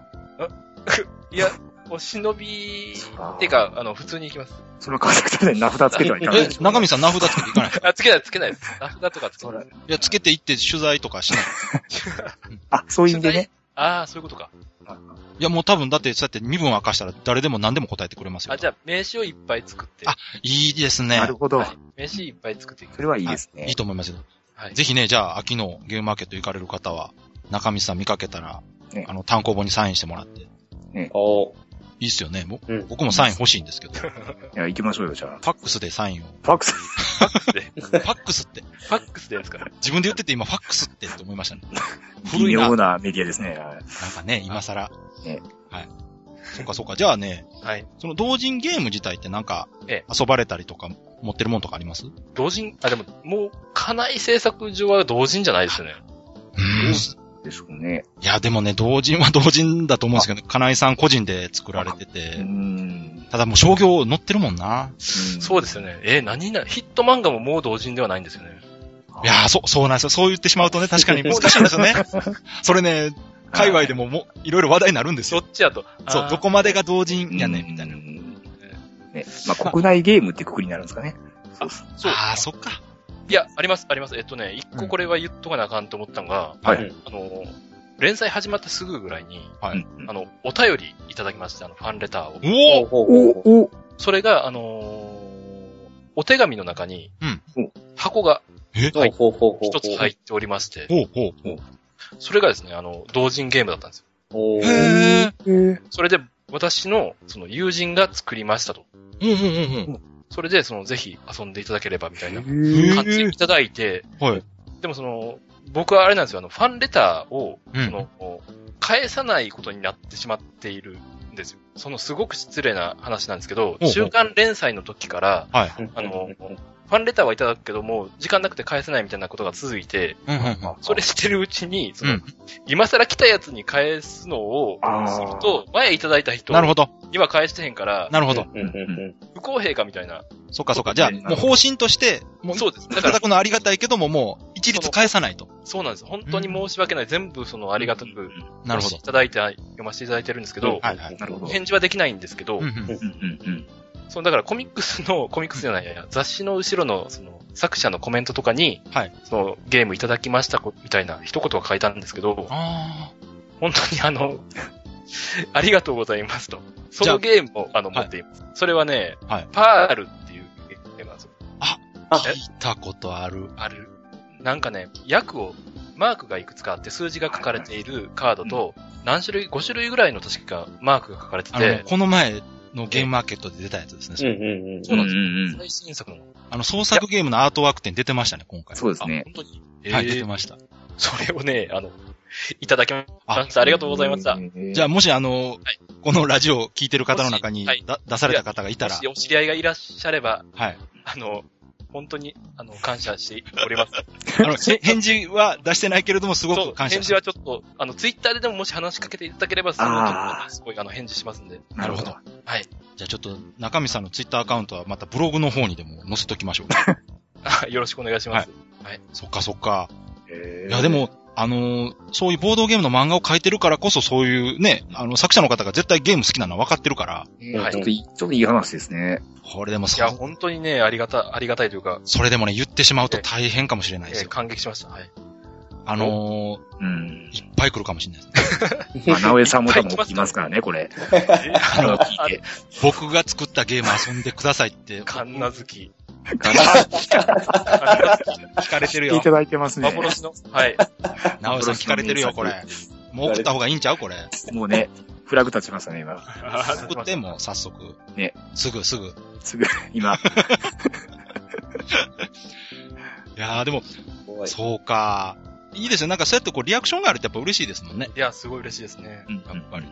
[SPEAKER 5] いや、お忍び、
[SPEAKER 4] あ
[SPEAKER 5] っていうか、あの、普通に行きます。
[SPEAKER 3] それは川崎さんね、名札つけてはいかない
[SPEAKER 2] え。、中道さん名札つけて行かないですか
[SPEAKER 5] あ、つけない、つけないです。名札とかつけ
[SPEAKER 4] そ
[SPEAKER 5] な
[SPEAKER 4] れ
[SPEAKER 5] い。
[SPEAKER 2] いや、つけて行って取材とかしない。
[SPEAKER 3] あ、そういう意味でね。
[SPEAKER 5] ああ、そういうことか。
[SPEAKER 2] いや、もう多分、だって、そうやって身分明かしたら誰でも何でも答えてくれますよ。
[SPEAKER 5] あ、じゃあ、名刺をいっぱい作って。
[SPEAKER 2] あいいですね
[SPEAKER 3] な。るほど
[SPEAKER 5] は。い。名刺いっぱい作ってい
[SPEAKER 3] そ
[SPEAKER 5] く。
[SPEAKER 3] れはいいですね
[SPEAKER 2] いい。と思いますよ。
[SPEAKER 5] はい。
[SPEAKER 2] ぜひね、じゃあ、秋のゲームマーケット行かれる方は、中道さん見かけたら
[SPEAKER 3] ね、
[SPEAKER 2] あの、単行本にサインしてもらって。
[SPEAKER 4] おー
[SPEAKER 2] いいっすよね。ぼ
[SPEAKER 4] うん
[SPEAKER 2] 僕もサイン欲しいんですけど。
[SPEAKER 3] いや、行きましょうよ、じゃあ。
[SPEAKER 2] ファックスでサインを。
[SPEAKER 3] ファックス。
[SPEAKER 2] ファックスって。
[SPEAKER 5] ファックスでやるんですから。
[SPEAKER 2] 自分で言ってて今、ファックスってって思いましたね。古
[SPEAKER 3] 微
[SPEAKER 2] いな。
[SPEAKER 3] 妙
[SPEAKER 2] なん
[SPEAKER 3] なメディアですね。
[SPEAKER 2] かね、今更。
[SPEAKER 3] ね
[SPEAKER 2] はい。そっかそっか。じゃあね、
[SPEAKER 5] はい。
[SPEAKER 2] その同人ゲーム自体ってなんか、
[SPEAKER 5] ええ
[SPEAKER 2] 遊ばれたりとか、持ってるもんとかありますう
[SPEAKER 5] 同人、あ、でも、もう、家内制作上は同人じゃないですよね。
[SPEAKER 2] ん。
[SPEAKER 3] でしょうね。
[SPEAKER 2] いや、でもね、同人は同人だと思うんですけど、金井さん個人で作られて
[SPEAKER 3] う
[SPEAKER 2] て
[SPEAKER 3] ー、ん。
[SPEAKER 2] ただもう商業乗ってるもんな。
[SPEAKER 5] そう
[SPEAKER 3] で
[SPEAKER 5] ですよね。えー何な、ヒット漫画ももう同人ではないんですよね。
[SPEAKER 2] いやー、そう、そうなんですよ。そう言ってしまうとね、確かに難しいんですよ ね。それね、界隈でももう、いろいろ話題になるんです
[SPEAKER 5] そ
[SPEAKER 2] よ
[SPEAKER 5] っ。ちやと。
[SPEAKER 2] そ
[SPEAKER 5] あ
[SPEAKER 2] う、
[SPEAKER 5] ー
[SPEAKER 2] どこまでが同人やねん、みたいな。
[SPEAKER 3] ね。まあ、国内ゲームってくくりになるんですかね。
[SPEAKER 5] そう。
[SPEAKER 2] ああ、そっか。
[SPEAKER 5] いや、あります、あります。えっとね、一個これは言っとかなあかんと思ったのが、
[SPEAKER 2] はい
[SPEAKER 5] あの、連載始まってすぐぐらいに、
[SPEAKER 2] は
[SPEAKER 3] うん
[SPEAKER 2] い。。
[SPEAKER 5] あの、お便りいただきました、あの、ファンレターを。
[SPEAKER 2] おお
[SPEAKER 4] ほうほうほう
[SPEAKER 3] お、お、
[SPEAKER 5] それが、あのーお手紙の中に
[SPEAKER 2] うん、
[SPEAKER 5] 箱が
[SPEAKER 2] はい
[SPEAKER 4] ほうほうほうほう
[SPEAKER 5] 一つ入っておりまして、
[SPEAKER 2] ほうほうほう。
[SPEAKER 5] それがですね、あの、同人ゲームだったんですよ。
[SPEAKER 4] ほう
[SPEAKER 2] へえ。
[SPEAKER 3] え
[SPEAKER 5] それで、私の、その、友人が作りましたと。
[SPEAKER 2] うんうん
[SPEAKER 5] それで、その、ぜひ遊んでいただければ、みたいな
[SPEAKER 2] へー
[SPEAKER 5] 感じでいただいて、
[SPEAKER 2] うんうん。はい。
[SPEAKER 5] でもその、僕はあれなんですよ、あの、ファンレターを、
[SPEAKER 2] うん
[SPEAKER 5] その、返さないことになってしまっているんですよ。そのすごく失礼な話なんですけど
[SPEAKER 2] ほうほ、う
[SPEAKER 5] 週刊連載の時から、
[SPEAKER 2] はい。
[SPEAKER 5] あの、ファンレターはいただくけども、時間なくて返せないみたいなことが続いて、
[SPEAKER 2] うんうんうん。
[SPEAKER 5] それしてるうちに、その、
[SPEAKER 2] うん
[SPEAKER 5] 今更来たやつに返すのを
[SPEAKER 3] あー
[SPEAKER 5] すると、前いただいた人
[SPEAKER 2] なるほど。
[SPEAKER 5] には返してへんから、
[SPEAKER 2] なるほど。
[SPEAKER 4] うんうんうん
[SPEAKER 5] 不公平かみたいな。
[SPEAKER 2] そっかそっか。じゃあ、もう方針として、もう、
[SPEAKER 5] そうです。だ
[SPEAKER 2] い
[SPEAKER 5] か
[SPEAKER 2] ただ
[SPEAKER 5] ら、
[SPEAKER 2] くのありがたいけども、もう、一律返さないと。
[SPEAKER 5] そうなんです。本当に申し訳ない。全部、その、ありがたく、
[SPEAKER 2] なるほど
[SPEAKER 5] い。ただいて、読ませていただいてるんですけど、
[SPEAKER 2] はいはい
[SPEAKER 3] なるほど。
[SPEAKER 5] 返事はできないんですけど、
[SPEAKER 2] うんう
[SPEAKER 3] う
[SPEAKER 2] ん。
[SPEAKER 3] んうん
[SPEAKER 5] そのだからコミックスの、 コミックスじゃない、いやいや雑誌の後ろのその作者のコメントとかに、
[SPEAKER 2] はい
[SPEAKER 5] そのゲームいただきましたこみたいな一言が書いてあるんですけど、
[SPEAKER 2] あ
[SPEAKER 5] 本当にあの、 ありがとうございますと。そ
[SPEAKER 2] じゃあ
[SPEAKER 5] のゲームをあの持
[SPEAKER 2] はい
[SPEAKER 5] っています。それはね、
[SPEAKER 2] はい
[SPEAKER 5] パールっていうゲームなんですよ。
[SPEAKER 2] あ。
[SPEAKER 5] え
[SPEAKER 2] 聞いたことある。
[SPEAKER 5] ある。なんかね、役を、マークがいくつかあって数字が書かれているカードと、何種類、5種類ぐらいの確かマークが書かれて
[SPEAKER 2] あの、
[SPEAKER 5] て、
[SPEAKER 2] この前のゲームマーケットで出たやつですね。
[SPEAKER 4] うんうんうん
[SPEAKER 5] そうなん
[SPEAKER 3] う
[SPEAKER 5] で
[SPEAKER 3] んう
[SPEAKER 5] す
[SPEAKER 3] んうん
[SPEAKER 5] 最新作の。
[SPEAKER 2] あの、創作ゲームのアートワーク展出てましたね、今回。
[SPEAKER 3] そうですね
[SPEAKER 5] あ。本当に。
[SPEAKER 2] はい、
[SPEAKER 5] えー
[SPEAKER 2] 出てました。
[SPEAKER 5] それをね、あの、いただきました。ありがとうございました。も
[SPEAKER 2] じゃあ、もしあの、
[SPEAKER 5] い
[SPEAKER 2] このラジオを聞いてる方の中に、
[SPEAKER 5] もしはい
[SPEAKER 2] だ出された方がいたら
[SPEAKER 5] し、お知り合いがいらっしゃれば、
[SPEAKER 2] はい。
[SPEAKER 5] あの、本当に、あの、感謝してお ります。
[SPEAKER 2] あの、へ返事は出してないけれども、すご
[SPEAKER 5] そう
[SPEAKER 2] く感謝
[SPEAKER 5] 返事はちょっと、あの、ツイッターででももし話しかけていただければ、すごい
[SPEAKER 3] あー
[SPEAKER 5] すごい、あの、返事しますんで。
[SPEAKER 2] なるほど。。
[SPEAKER 5] はい。
[SPEAKER 2] じゃあちょっと、中身さんのツイッターアカウントはまたブログの方にでも載せとき ましょう。
[SPEAKER 5] あよろしくお願いします。
[SPEAKER 2] そっかそっか。
[SPEAKER 3] えー
[SPEAKER 2] いやで、も、あのーそういうボードゲームの漫画を描いてるからこそ、そういうね、あの、作者の方が絶対ゲーム好きなのは分かってるから、
[SPEAKER 4] うん
[SPEAKER 5] はい
[SPEAKER 3] ちょっといい、ちょっといい話ですね。
[SPEAKER 2] これでも
[SPEAKER 5] い
[SPEAKER 2] そ
[SPEAKER 5] や、、本当にね、ありがた、ありがたいというか、
[SPEAKER 2] それでもね、言ってしまうと大変かもしれない
[SPEAKER 5] え
[SPEAKER 2] です
[SPEAKER 5] ー
[SPEAKER 2] よ。
[SPEAKER 5] 感激しました。はい。
[SPEAKER 2] あの
[SPEAKER 3] うん
[SPEAKER 2] ー、。いっぱい来るかもしれないです。
[SPEAKER 3] まあ、直江さんも多分起きますからね、これ。 あの、聞いて。
[SPEAKER 2] 僕が作ったゲーム遊んでくださいって、
[SPEAKER 5] カンナ好き。
[SPEAKER 2] 聞かれてる
[SPEAKER 3] 聞いて
[SPEAKER 2] よ
[SPEAKER 3] い。ただいてますね。
[SPEAKER 5] 幻の。はい。
[SPEAKER 2] なおさん聞かれてるよ、これ。もう送った方がいいんちゃうこれ。
[SPEAKER 3] もうね、フラグ立ちましたね、今。
[SPEAKER 2] 送って、もう早速。
[SPEAKER 3] ね。
[SPEAKER 2] すぐすぐ。
[SPEAKER 3] すぐ、今。
[SPEAKER 2] いやーでも、
[SPEAKER 4] 怖い。
[SPEAKER 2] そうか。いいですよ。なんかそうやってこうリアクションがあるってやっぱ嬉しいですもんね。
[SPEAKER 5] いや、すごい嬉しいですね。
[SPEAKER 3] うん
[SPEAKER 2] やっぱり。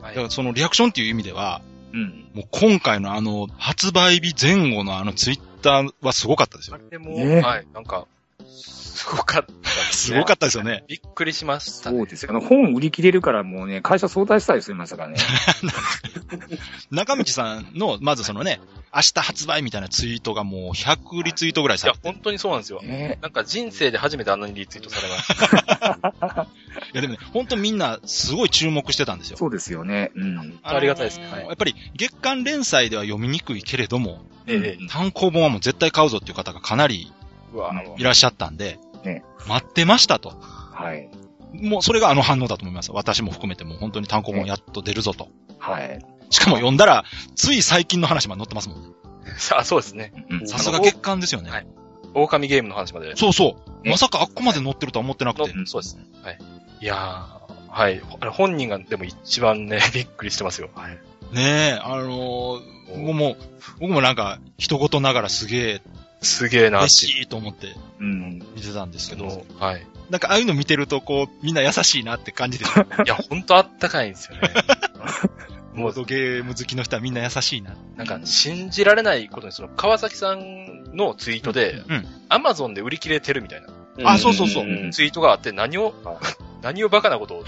[SPEAKER 5] は
[SPEAKER 2] だ
[SPEAKER 5] い
[SPEAKER 2] からそのリアクションっていう意味では、
[SPEAKER 3] うん。
[SPEAKER 2] もう今回のあの、発売日前後のあのツイッターはすごかったです
[SPEAKER 5] あ
[SPEAKER 2] よ。
[SPEAKER 5] れも、
[SPEAKER 3] ね
[SPEAKER 5] はい、なんか、すごかったですね、
[SPEAKER 2] すごかったですよね。
[SPEAKER 5] びっくりしました、
[SPEAKER 3] そうですよ。あの、本売り切れるからもうね、会社相対したりしてましたからね。
[SPEAKER 2] 中道さんの、まずそのね、明日発売みたいなツイートがもう100リツイートぐらい
[SPEAKER 5] い
[SPEAKER 2] さ
[SPEAKER 5] や
[SPEAKER 2] れ、て。
[SPEAKER 5] 本当にそうなんですよ。
[SPEAKER 3] ね
[SPEAKER 5] なんか人生で初めてあんなにリツイートされま した。
[SPEAKER 2] いやでもね、本当みんなすごい注目してたんですよ。
[SPEAKER 3] そうですよね。うん。
[SPEAKER 2] のー
[SPEAKER 5] ありがたいですねはい
[SPEAKER 2] やっぱり月間連載では読みにくいけれども、
[SPEAKER 5] ええ
[SPEAKER 2] 単行本はもう絶対買うぞっていう方がかなり
[SPEAKER 5] うわ、あ
[SPEAKER 3] う
[SPEAKER 5] の
[SPEAKER 2] いらっしゃったんで、
[SPEAKER 3] ね
[SPEAKER 2] 待ってましたと。
[SPEAKER 3] はい。
[SPEAKER 2] もうそれがあの反応だと思います。私も含めてもう本当に単行本やっと出るぞと。
[SPEAKER 3] はい。
[SPEAKER 2] しかも読んだら、つい最近の話まで載ってますもんね。
[SPEAKER 5] さあ、そうですね。
[SPEAKER 3] うん
[SPEAKER 2] さすが月間ですよね。
[SPEAKER 5] はい狼ゲームの話まで。
[SPEAKER 2] そうそう。
[SPEAKER 3] ね
[SPEAKER 2] まさかあっこまで載ってるとは思ってなく
[SPEAKER 5] の
[SPEAKER 2] て。
[SPEAKER 3] ん
[SPEAKER 5] そうですね。はい。いやー、はい。あれ本人がでも一番ね、 びっくりしてますよ。はい。
[SPEAKER 2] ねえ、あのー、僕も、僕もなんか、人事ながらすげえ、
[SPEAKER 5] すげえな
[SPEAKER 2] 嬉
[SPEAKER 5] って。
[SPEAKER 2] しいと思って
[SPEAKER 3] うん。
[SPEAKER 2] 見てたんですけ
[SPEAKER 5] け
[SPEAKER 2] ど
[SPEAKER 5] ど、、はい。
[SPEAKER 2] なんかああいうの見てると、こう、みんな優しいなって感じですよ。
[SPEAKER 5] いや、ほんとあったかいんです よね。も
[SPEAKER 2] ボ
[SPEAKER 5] う
[SPEAKER 2] ー、ドゲーム好きの人はみんな優しいな。
[SPEAKER 5] なんか、信じられないことに、その、川崎さんのツイートで、
[SPEAKER 2] うん。
[SPEAKER 5] アマゾンで売り切れてるみたいな
[SPEAKER 2] あそうそうそうん
[SPEAKER 4] んん
[SPEAKER 5] ツイートがあって、何を、 何をバカなことを、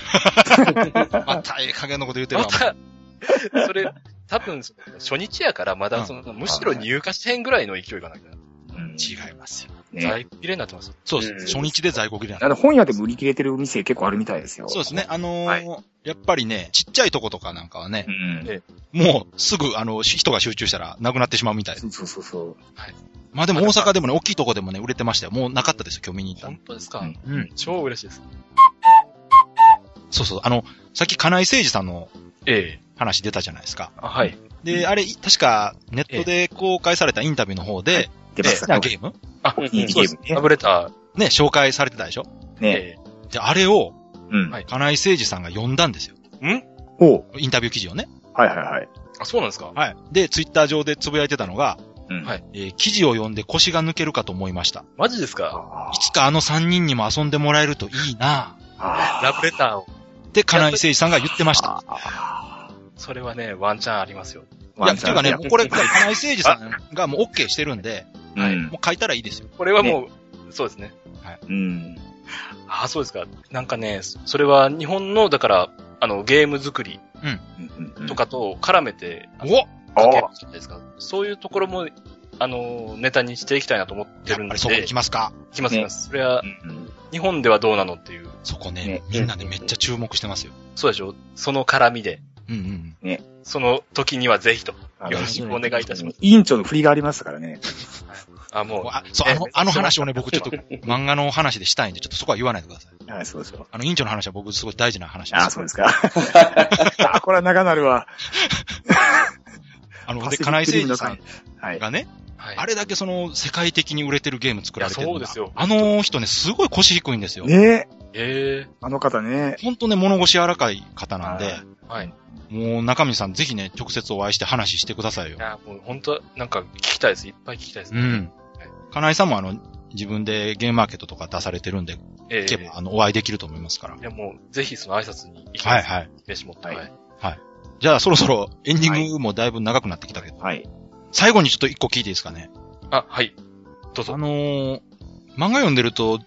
[SPEAKER 2] またええ加減のこと言うてる
[SPEAKER 5] ま
[SPEAKER 2] わ。
[SPEAKER 5] た、それ、多分、その初日やから、まだその、むしろ入荷してへんぐらいの勢いがなくな
[SPEAKER 3] うん
[SPEAKER 2] 違いますよ。
[SPEAKER 3] ね。
[SPEAKER 5] 在庫切れになってますよ。
[SPEAKER 2] そう
[SPEAKER 4] うん
[SPEAKER 2] です。初日で在庫切れなんで
[SPEAKER 3] あの、本屋でも売り切れてる店結構あるみたいですよ。
[SPEAKER 2] そうですね。。あのー
[SPEAKER 3] はい
[SPEAKER 2] やっぱりね、ちっちゃいとことかなんかはね
[SPEAKER 3] う、ん。
[SPEAKER 2] もうすぐ、あの、し人が集中したらなくなってしまうみたいです
[SPEAKER 3] そうそうそうそう。
[SPEAKER 2] まあでも大阪でもね、大きいとこでもね、売れてましたよ。もうなかったですよ、今日見に行ったの
[SPEAKER 5] 本当ですか、
[SPEAKER 3] うん
[SPEAKER 2] うん。
[SPEAKER 5] 超嬉しいです。
[SPEAKER 2] そうそう。あの、さっき金井誠二さんの
[SPEAKER 5] ええ。
[SPEAKER 2] 話出たじゃないですか。
[SPEAKER 5] あ、はい。
[SPEAKER 2] で、あれ、確か、ネットで公開されたインタビューの方で、
[SPEAKER 3] 出ま
[SPEAKER 2] 好
[SPEAKER 3] した
[SPEAKER 2] きな
[SPEAKER 3] ね。
[SPEAKER 2] ゲーム
[SPEAKER 5] あ、
[SPEAKER 4] うん
[SPEAKER 3] いいゲ
[SPEAKER 5] そうで
[SPEAKER 3] ー
[SPEAKER 5] す
[SPEAKER 3] ム。
[SPEAKER 5] ラ
[SPEAKER 3] ね。
[SPEAKER 5] ブレタ
[SPEAKER 2] ね、紹介されてたでしょ
[SPEAKER 5] ー。
[SPEAKER 3] ね。
[SPEAKER 5] え
[SPEAKER 2] で、あれを、
[SPEAKER 3] うん
[SPEAKER 5] は。い
[SPEAKER 2] 金井誠二さんが読んだんですよ。
[SPEAKER 3] おう
[SPEAKER 2] インタビュー記事をね。
[SPEAKER 3] はいはいはい。
[SPEAKER 5] え。あ、そうなんですか
[SPEAKER 2] はい。で、ツイッター上でつぶやいてたのが、
[SPEAKER 3] うん
[SPEAKER 5] はい
[SPEAKER 2] えー記事を読んで腰が抜けるかと思いました。
[SPEAKER 5] マジですか
[SPEAKER 3] あ
[SPEAKER 2] いつかあの3人にも遊んでもらえるといいなぁ
[SPEAKER 3] あ
[SPEAKER 5] ラブレターを。
[SPEAKER 2] って金井誠二さんが言ってました。
[SPEAKER 5] それはね、ワンチャンありますよ。
[SPEAKER 2] いや、っていうかね、もうこれ、金井誠二さんがもう OK してるんで、
[SPEAKER 3] う
[SPEAKER 5] はい
[SPEAKER 3] ん。
[SPEAKER 2] もう書いたらいいですよ。
[SPEAKER 5] これはもう、そうですね。
[SPEAKER 3] うん。
[SPEAKER 5] あ、そうですか。なんかね、そそれは日本の、だから、あの、ゲーム作り
[SPEAKER 3] うん
[SPEAKER 5] と。かと絡めて、あの
[SPEAKER 2] お
[SPEAKER 3] あ
[SPEAKER 5] 書け
[SPEAKER 3] あ
[SPEAKER 5] るじゃないですか。そういうところも、あの、ネタにしていきたいなと思って
[SPEAKER 2] や
[SPEAKER 5] るん
[SPEAKER 2] っ
[SPEAKER 5] で。
[SPEAKER 2] ぱりそこ行きますか。
[SPEAKER 5] 行きます、行きます。それは
[SPEAKER 3] う、ん
[SPEAKER 5] 日本ではどうなのっていう。
[SPEAKER 2] そこね
[SPEAKER 3] ね、
[SPEAKER 2] みんなね、めっちゃ注目してますよ。
[SPEAKER 5] そうでしょその絡みで。
[SPEAKER 2] うんうん。
[SPEAKER 5] その時にはぜひと。
[SPEAKER 3] あの
[SPEAKER 5] よろしくお願いいたします。
[SPEAKER 3] 委員長の振りがありましたからね。
[SPEAKER 5] あ、もう、
[SPEAKER 2] あ、そう、あの、あの話をね、僕ちょっと漫画の話でしたいんで、ちょっとそこは言わないでください。
[SPEAKER 3] はい、そうでしょう。
[SPEAKER 2] あの、委員長の話は僕すごい大事な話です。
[SPEAKER 3] ああ、そうですか。あこれは長なるわ。
[SPEAKER 2] あの、
[SPEAKER 3] パ
[SPEAKER 2] で、
[SPEAKER 3] シフィ
[SPEAKER 2] 金井
[SPEAKER 3] ックリ
[SPEAKER 2] 誠
[SPEAKER 3] ム
[SPEAKER 2] 二
[SPEAKER 3] の
[SPEAKER 2] さ
[SPEAKER 3] 会
[SPEAKER 2] ん
[SPEAKER 3] はい。
[SPEAKER 2] がね、
[SPEAKER 5] はい
[SPEAKER 2] あれだけその、世界的に売れてるゲーム作られてるの
[SPEAKER 5] い
[SPEAKER 2] が
[SPEAKER 5] やそうですよ
[SPEAKER 2] あの人ね、すごい腰低いんですよ。
[SPEAKER 3] ねえ、
[SPEAKER 5] え
[SPEAKER 3] あの方ね。
[SPEAKER 2] ほんとね、物腰柔らかい方なんで
[SPEAKER 3] は、
[SPEAKER 5] えはい。い
[SPEAKER 2] もう中身さんぜひね、直接お会いして話してくださいよ。
[SPEAKER 5] や、もう本当はなんか聞きたいです。いっぱい聞きたいです。
[SPEAKER 2] うん。金井さんもあの、自分でゲームマーケットとか出されてるんで、
[SPEAKER 5] ええ
[SPEAKER 2] 行けば、あの、お会いできると思いますから
[SPEAKER 5] い。や、もう、ぜひその挨拶に行き
[SPEAKER 2] は
[SPEAKER 5] ま
[SPEAKER 2] い
[SPEAKER 5] す。
[SPEAKER 2] はい。
[SPEAKER 5] 飯持って。
[SPEAKER 3] はい
[SPEAKER 5] はい。
[SPEAKER 2] じゃあそろそろエンディングもだいぶ長くなってきたけど、
[SPEAKER 3] はい。
[SPEAKER 2] 最後にちょっと一個聞いていいですかね。
[SPEAKER 5] あ、はい。どうぞ
[SPEAKER 2] あ。のー漫画読んでると、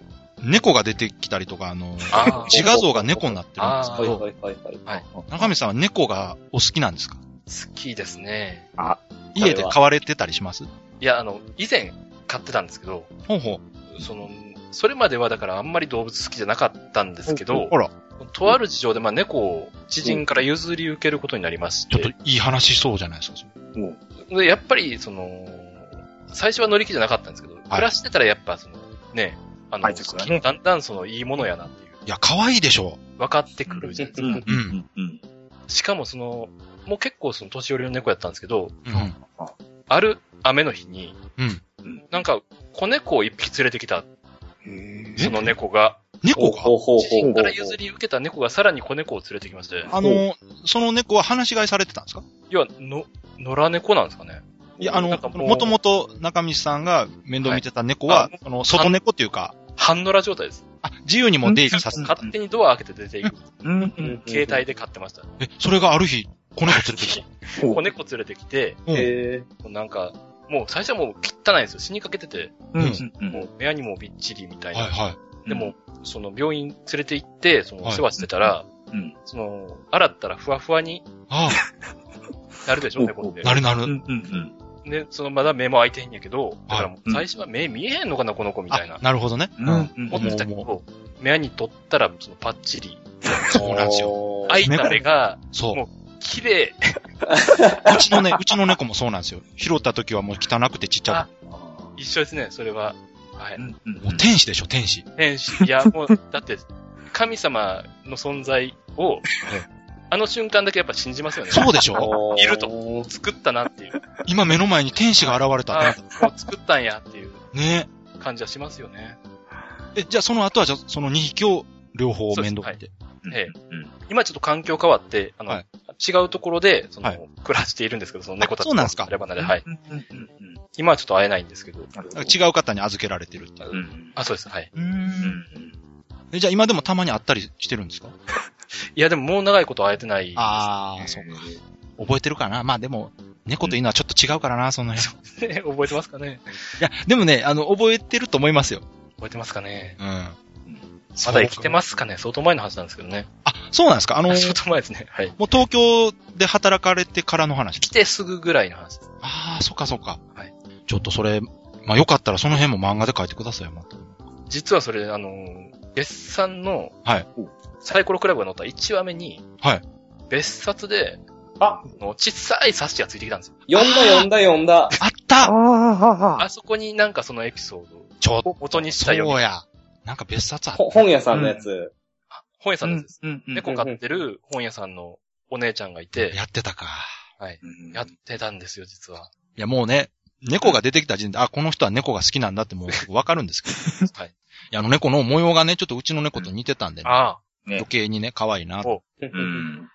[SPEAKER 2] 猫が出てきたりとか、あのー
[SPEAKER 5] あー
[SPEAKER 2] 自画像が猫になってるんです
[SPEAKER 5] あ
[SPEAKER 4] は
[SPEAKER 2] け
[SPEAKER 4] い
[SPEAKER 2] ど、
[SPEAKER 4] はいはいはい。
[SPEAKER 2] 中身さんは猫がお好きなんですか
[SPEAKER 5] 好きですね。
[SPEAKER 2] 家で飼われてたりします
[SPEAKER 5] いや、あの、以前飼ってたんですけど、
[SPEAKER 2] ほうほ
[SPEAKER 5] その、それまではだからあんまり動物好きじゃなかったんですけ
[SPEAKER 2] う。
[SPEAKER 5] ど
[SPEAKER 2] ほ、ら、
[SPEAKER 5] とある事情でまあ猫を知人から譲り受けることになりまし
[SPEAKER 2] ちょっと
[SPEAKER 5] て、
[SPEAKER 2] いい話しそうじゃないですか。
[SPEAKER 5] でやっぱりその、最初は乗り気じゃなかったんですけど、暮らしてたらやっぱその、ね、あの、
[SPEAKER 3] 愛着がね
[SPEAKER 5] だんだんそのいいものやなっていう、
[SPEAKER 2] いや、可愛いでしょ
[SPEAKER 5] 分かってくるじゃないですか。
[SPEAKER 3] うん。うん。うん。
[SPEAKER 5] しかもその、もう結構その年寄りの猫やったんですけど、
[SPEAKER 2] う。うん。
[SPEAKER 5] ある雨の日に、
[SPEAKER 2] うん
[SPEAKER 5] なんか子猫を一匹連れてきた、
[SPEAKER 2] え
[SPEAKER 5] その猫が、
[SPEAKER 2] 猫が
[SPEAKER 4] ほうほうほう
[SPEAKER 5] 知
[SPEAKER 4] ほうほ
[SPEAKER 5] 人
[SPEAKER 4] う
[SPEAKER 5] から譲り受けた猫がさらに子猫を連れてきまして、
[SPEAKER 2] あのーその猫は放し飼いされてたんですか
[SPEAKER 5] 要は、の、野良猫なんですかね。
[SPEAKER 2] いや、あの
[SPEAKER 5] なんか、もう
[SPEAKER 2] もともと中道さんが面倒見てた猫は、
[SPEAKER 5] はいあ
[SPEAKER 2] その外猫っていうか、
[SPEAKER 5] 半野良状態です。
[SPEAKER 2] あ、自由にも出入りさせ
[SPEAKER 3] うん
[SPEAKER 2] た。
[SPEAKER 5] 勝手にドア開けて出ていく。
[SPEAKER 3] うん。
[SPEAKER 4] う
[SPEAKER 3] うん。
[SPEAKER 4] うんん
[SPEAKER 5] 携帯で飼ってました。
[SPEAKER 2] え、それがある日、子猫連れて き
[SPEAKER 3] うん
[SPEAKER 5] 子猫連れてきて、
[SPEAKER 2] た。うん。
[SPEAKER 4] へ
[SPEAKER 5] もうなんか、もう最初はもう汚いんですよ。死にかけてて、
[SPEAKER 3] うん。
[SPEAKER 5] もう部屋にもびっちりみたいな。
[SPEAKER 2] はいはい。
[SPEAKER 5] でも、その病院連れて行って、その
[SPEAKER 2] はい
[SPEAKER 5] 世話してたら、
[SPEAKER 3] うん。
[SPEAKER 5] その、洗ったらふわふわに
[SPEAKER 2] あ
[SPEAKER 5] なるでしょ、
[SPEAKER 3] うん
[SPEAKER 5] 猫って
[SPEAKER 2] あ、。なるな
[SPEAKER 3] うん。う
[SPEAKER 2] る。
[SPEAKER 3] ん。うん。
[SPEAKER 5] で、そのまだ目も開いてへんやけど、だからも
[SPEAKER 3] う
[SPEAKER 5] うん最初は目見えへんのかな、この子みたい
[SPEAKER 2] あ
[SPEAKER 5] な、。
[SPEAKER 2] なるほどね。
[SPEAKER 3] うん。。
[SPEAKER 5] 思ってたけど、目に取ったら、そのパッチリ、
[SPEAKER 2] そうなんですよ。
[SPEAKER 4] よ
[SPEAKER 5] 開いた目が、
[SPEAKER 2] そう。
[SPEAKER 5] も綺麗。
[SPEAKER 2] うちのね、うちの猫もそうなんですよ。拾った時はもう汚くてちっちゃ
[SPEAKER 5] 一緒ですね、それは。はいう
[SPEAKER 3] ん。
[SPEAKER 2] く。もう天使でしょ、天使。
[SPEAKER 5] 天 使、いや、もう、だって、神様の存在を、あの瞬間だけやっぱ信じますよね。
[SPEAKER 2] そうでし ょ
[SPEAKER 5] いると
[SPEAKER 4] と。
[SPEAKER 5] 作ったなっていう。
[SPEAKER 2] 今目の前に天使が現れた
[SPEAKER 5] あ
[SPEAKER 2] ね。
[SPEAKER 5] もう作ったんやっていう
[SPEAKER 2] ね
[SPEAKER 5] 感じはしますよね。
[SPEAKER 2] え、じゃあその後は、じゃあその2匹を両方面倒見て。
[SPEAKER 5] ええ今ちょっと環境変わって、あの、
[SPEAKER 2] はい
[SPEAKER 5] 違うところで、その、
[SPEAKER 2] はい
[SPEAKER 5] 暮らしているんですけど、その猫たち
[SPEAKER 2] あそうなんですか
[SPEAKER 5] 離れ離れ、はい。
[SPEAKER 3] うん。うん。
[SPEAKER 5] 今はちょっと会えないんですけど。
[SPEAKER 3] なるほ
[SPEAKER 2] だ
[SPEAKER 3] ど。
[SPEAKER 2] から違う方に預けられてるっていう。
[SPEAKER 3] うん。
[SPEAKER 5] あ、そうです、はい。
[SPEAKER 2] うー。
[SPEAKER 3] うんん。
[SPEAKER 2] えじゃあ今でもたまに会ったりしてるんですか
[SPEAKER 5] いや、でももう長いこと会えてない。
[SPEAKER 2] ああ、そうか。覚えてるかなまあでも、猫というのはちょっと違うからな、その辺。い
[SPEAKER 5] ね 覚えてますかね
[SPEAKER 2] や、でもね、あの、覚えてると思いますよ。
[SPEAKER 5] 覚えてますかね
[SPEAKER 2] うん。
[SPEAKER 5] まだ生きて
[SPEAKER 2] す。
[SPEAKER 5] ますかね相当前の話なんですけどね。
[SPEAKER 2] あ、そうなんですかあの、も
[SPEAKER 5] 相当前ですね。はい。
[SPEAKER 2] う東京で働かれてからの話
[SPEAKER 5] 来てすぐぐらいの話です。
[SPEAKER 2] ああ、そっかそっか。
[SPEAKER 5] はい
[SPEAKER 2] ちょっとそれ、まあよかったらその辺も漫画で書いてくださいよ、また。
[SPEAKER 5] 実はそれ、あのー、別産の、
[SPEAKER 2] はい
[SPEAKER 5] サイコロクラブが載った1話目に、
[SPEAKER 2] はい
[SPEAKER 5] 別冊で、あ
[SPEAKER 4] あ
[SPEAKER 5] の、小さい冊子がついてきたんですよ。
[SPEAKER 4] 読んだ読んだ読んだ。
[SPEAKER 2] あっ
[SPEAKER 3] あ
[SPEAKER 2] た
[SPEAKER 3] あ、
[SPEAKER 5] あそこになんかそのエピソード
[SPEAKER 2] ちょっと、
[SPEAKER 5] を元にし
[SPEAKER 2] そ
[SPEAKER 5] たよ。
[SPEAKER 2] うや。なんか別冊あっ
[SPEAKER 4] ほ本屋さんのやつ。
[SPEAKER 5] 本屋さんです。
[SPEAKER 3] うん。
[SPEAKER 5] 猫飼ってる本屋さんのお姉ちゃんがいて、
[SPEAKER 2] やってたか。
[SPEAKER 5] やってたんですよ、実は。
[SPEAKER 2] いや、もうね、猫が出てきた時点で、あ、この人は猫が好きなんだってもうわかるんですけど。
[SPEAKER 5] はい。
[SPEAKER 2] いや、あの猫の模様がね、ちょっとうちの猫と似てたんでね。
[SPEAKER 5] あ
[SPEAKER 2] 余計にね、可愛いなと。
[SPEAKER 3] うん。
[SPEAKER 2] うん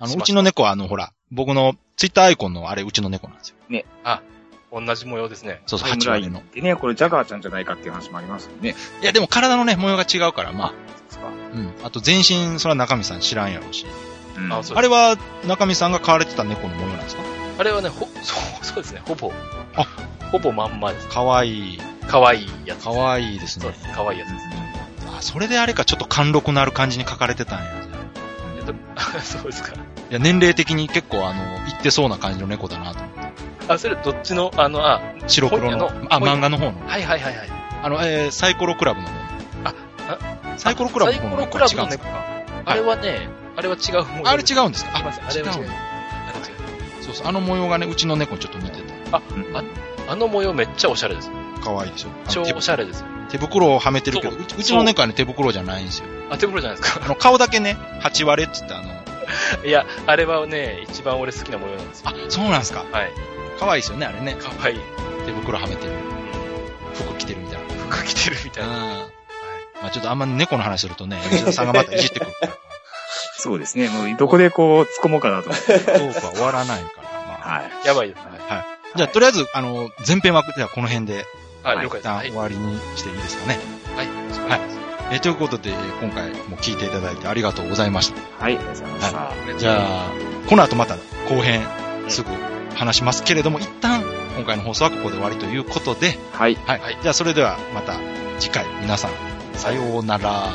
[SPEAKER 2] あの、
[SPEAKER 5] し
[SPEAKER 2] う
[SPEAKER 5] ました
[SPEAKER 2] ちの猫は、あの、ほら、僕のツイッターアイコンのあれ、うちの猫なんですよ。
[SPEAKER 5] あ、同じ模様ですね。
[SPEAKER 2] そうそう、
[SPEAKER 3] タイム
[SPEAKER 2] 8
[SPEAKER 3] ラ
[SPEAKER 2] 割
[SPEAKER 3] イン
[SPEAKER 2] の。
[SPEAKER 3] でね、これジャガーちゃんじゃないかっていう話もありますよね。
[SPEAKER 2] いや、でも体のね、模様が違うから、ま
[SPEAKER 3] そっか
[SPEAKER 2] あ、うん。あと、全身、それは中身さん知らんやろうし。
[SPEAKER 3] うん
[SPEAKER 5] あそう
[SPEAKER 2] あれは、中身さんが飼われてた猫の模様なんですか
[SPEAKER 5] あれはね、ほ、 そう、そうですね、ほぼ。
[SPEAKER 2] あ
[SPEAKER 5] ほぼまんまです。
[SPEAKER 2] 可愛い。
[SPEAKER 5] 可愛いやつ。
[SPEAKER 2] 可愛いです
[SPEAKER 5] そう
[SPEAKER 2] ね
[SPEAKER 5] で。す、可愛いやつです。
[SPEAKER 2] あ、それであれか、ちょっと貫禄のある感じに書かれてたんや。
[SPEAKER 5] えっと そうですか。
[SPEAKER 2] いや、年齢的に結構、あの、いってそうな感じの猫だなと。
[SPEAKER 5] あ、それどっちの、あの、あ、
[SPEAKER 2] 白黒の
[SPEAKER 5] 本屋。の
[SPEAKER 2] あ、
[SPEAKER 5] 本屋
[SPEAKER 2] 漫画の方の。
[SPEAKER 5] はいはいはいはい。
[SPEAKER 2] あの、えー、サイコロクラブの方。
[SPEAKER 5] あ
[SPEAKER 2] サイコロクラブの
[SPEAKER 5] サイ
[SPEAKER 2] 方
[SPEAKER 5] コ
[SPEAKER 2] の猫
[SPEAKER 5] ロ
[SPEAKER 2] は
[SPEAKER 5] クラ
[SPEAKER 2] 違
[SPEAKER 5] ブ
[SPEAKER 2] う
[SPEAKER 5] の
[SPEAKER 2] んです
[SPEAKER 5] 猫
[SPEAKER 2] か
[SPEAKER 5] か。あれはね、あれは違う模様
[SPEAKER 2] あれ違
[SPEAKER 5] う。
[SPEAKER 2] うんですかあ、
[SPEAKER 5] ああれは違う。
[SPEAKER 2] 違う
[SPEAKER 5] なんか違う。
[SPEAKER 2] そうそう、あの模様がね、うちの猫にちょっと似てた。
[SPEAKER 5] あの模様めっちゃオシャレです。
[SPEAKER 2] 可愛いでしょ。あ
[SPEAKER 5] 超
[SPEAKER 2] の手
[SPEAKER 5] オシャレですよ。
[SPEAKER 2] 手袋をはめてるけど、
[SPEAKER 5] そう
[SPEAKER 2] うちうちの猫はね、手袋じゃないんですよ。
[SPEAKER 5] あ、手袋じゃないです
[SPEAKER 2] あ
[SPEAKER 5] か。
[SPEAKER 2] の、顔だけね、8割れっつって、あの、
[SPEAKER 5] いや、あれはね、一番俺好きな模様なんですよ。
[SPEAKER 2] あ、そうなんすか。
[SPEAKER 5] はい。
[SPEAKER 2] 可愛いですよね、あれね。
[SPEAKER 5] 可愛い
[SPEAKER 2] 手袋はめてる。服着てるみたいな。
[SPEAKER 5] 服着てるみたいな。
[SPEAKER 2] うん。まあちょっとあんま猫の話するとね、吉田さんがまたいじってくるから。
[SPEAKER 3] そうですね。もうどこでこう、突っ込もうかなと思って。
[SPEAKER 2] トークは終わらないから、まあ。
[SPEAKER 3] はい。
[SPEAKER 5] やばいです。はい。
[SPEAKER 2] じゃあ、とりあえず、あの、前編は、ではこの辺で、
[SPEAKER 5] あ、
[SPEAKER 3] はい
[SPEAKER 5] 了解
[SPEAKER 2] 一
[SPEAKER 5] です。は
[SPEAKER 2] 旦
[SPEAKER 5] い
[SPEAKER 2] 終。わりにしていいですかね。
[SPEAKER 5] はい。は
[SPEAKER 2] えーということで、えー今回も聞いていただいてありがとうございました。
[SPEAKER 3] はい、ありがとうございました。
[SPEAKER 5] い。
[SPEAKER 2] じゃあ、この後また後編すぐ話しますけれども、一旦今回の放送はここで終わりということで、
[SPEAKER 3] はい。
[SPEAKER 2] はい。
[SPEAKER 5] はい
[SPEAKER 2] じゃあ、それではまた次回、皆さん、さようなら。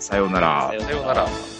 [SPEAKER 3] さようなら
[SPEAKER 4] さ。よ
[SPEAKER 5] さようなら。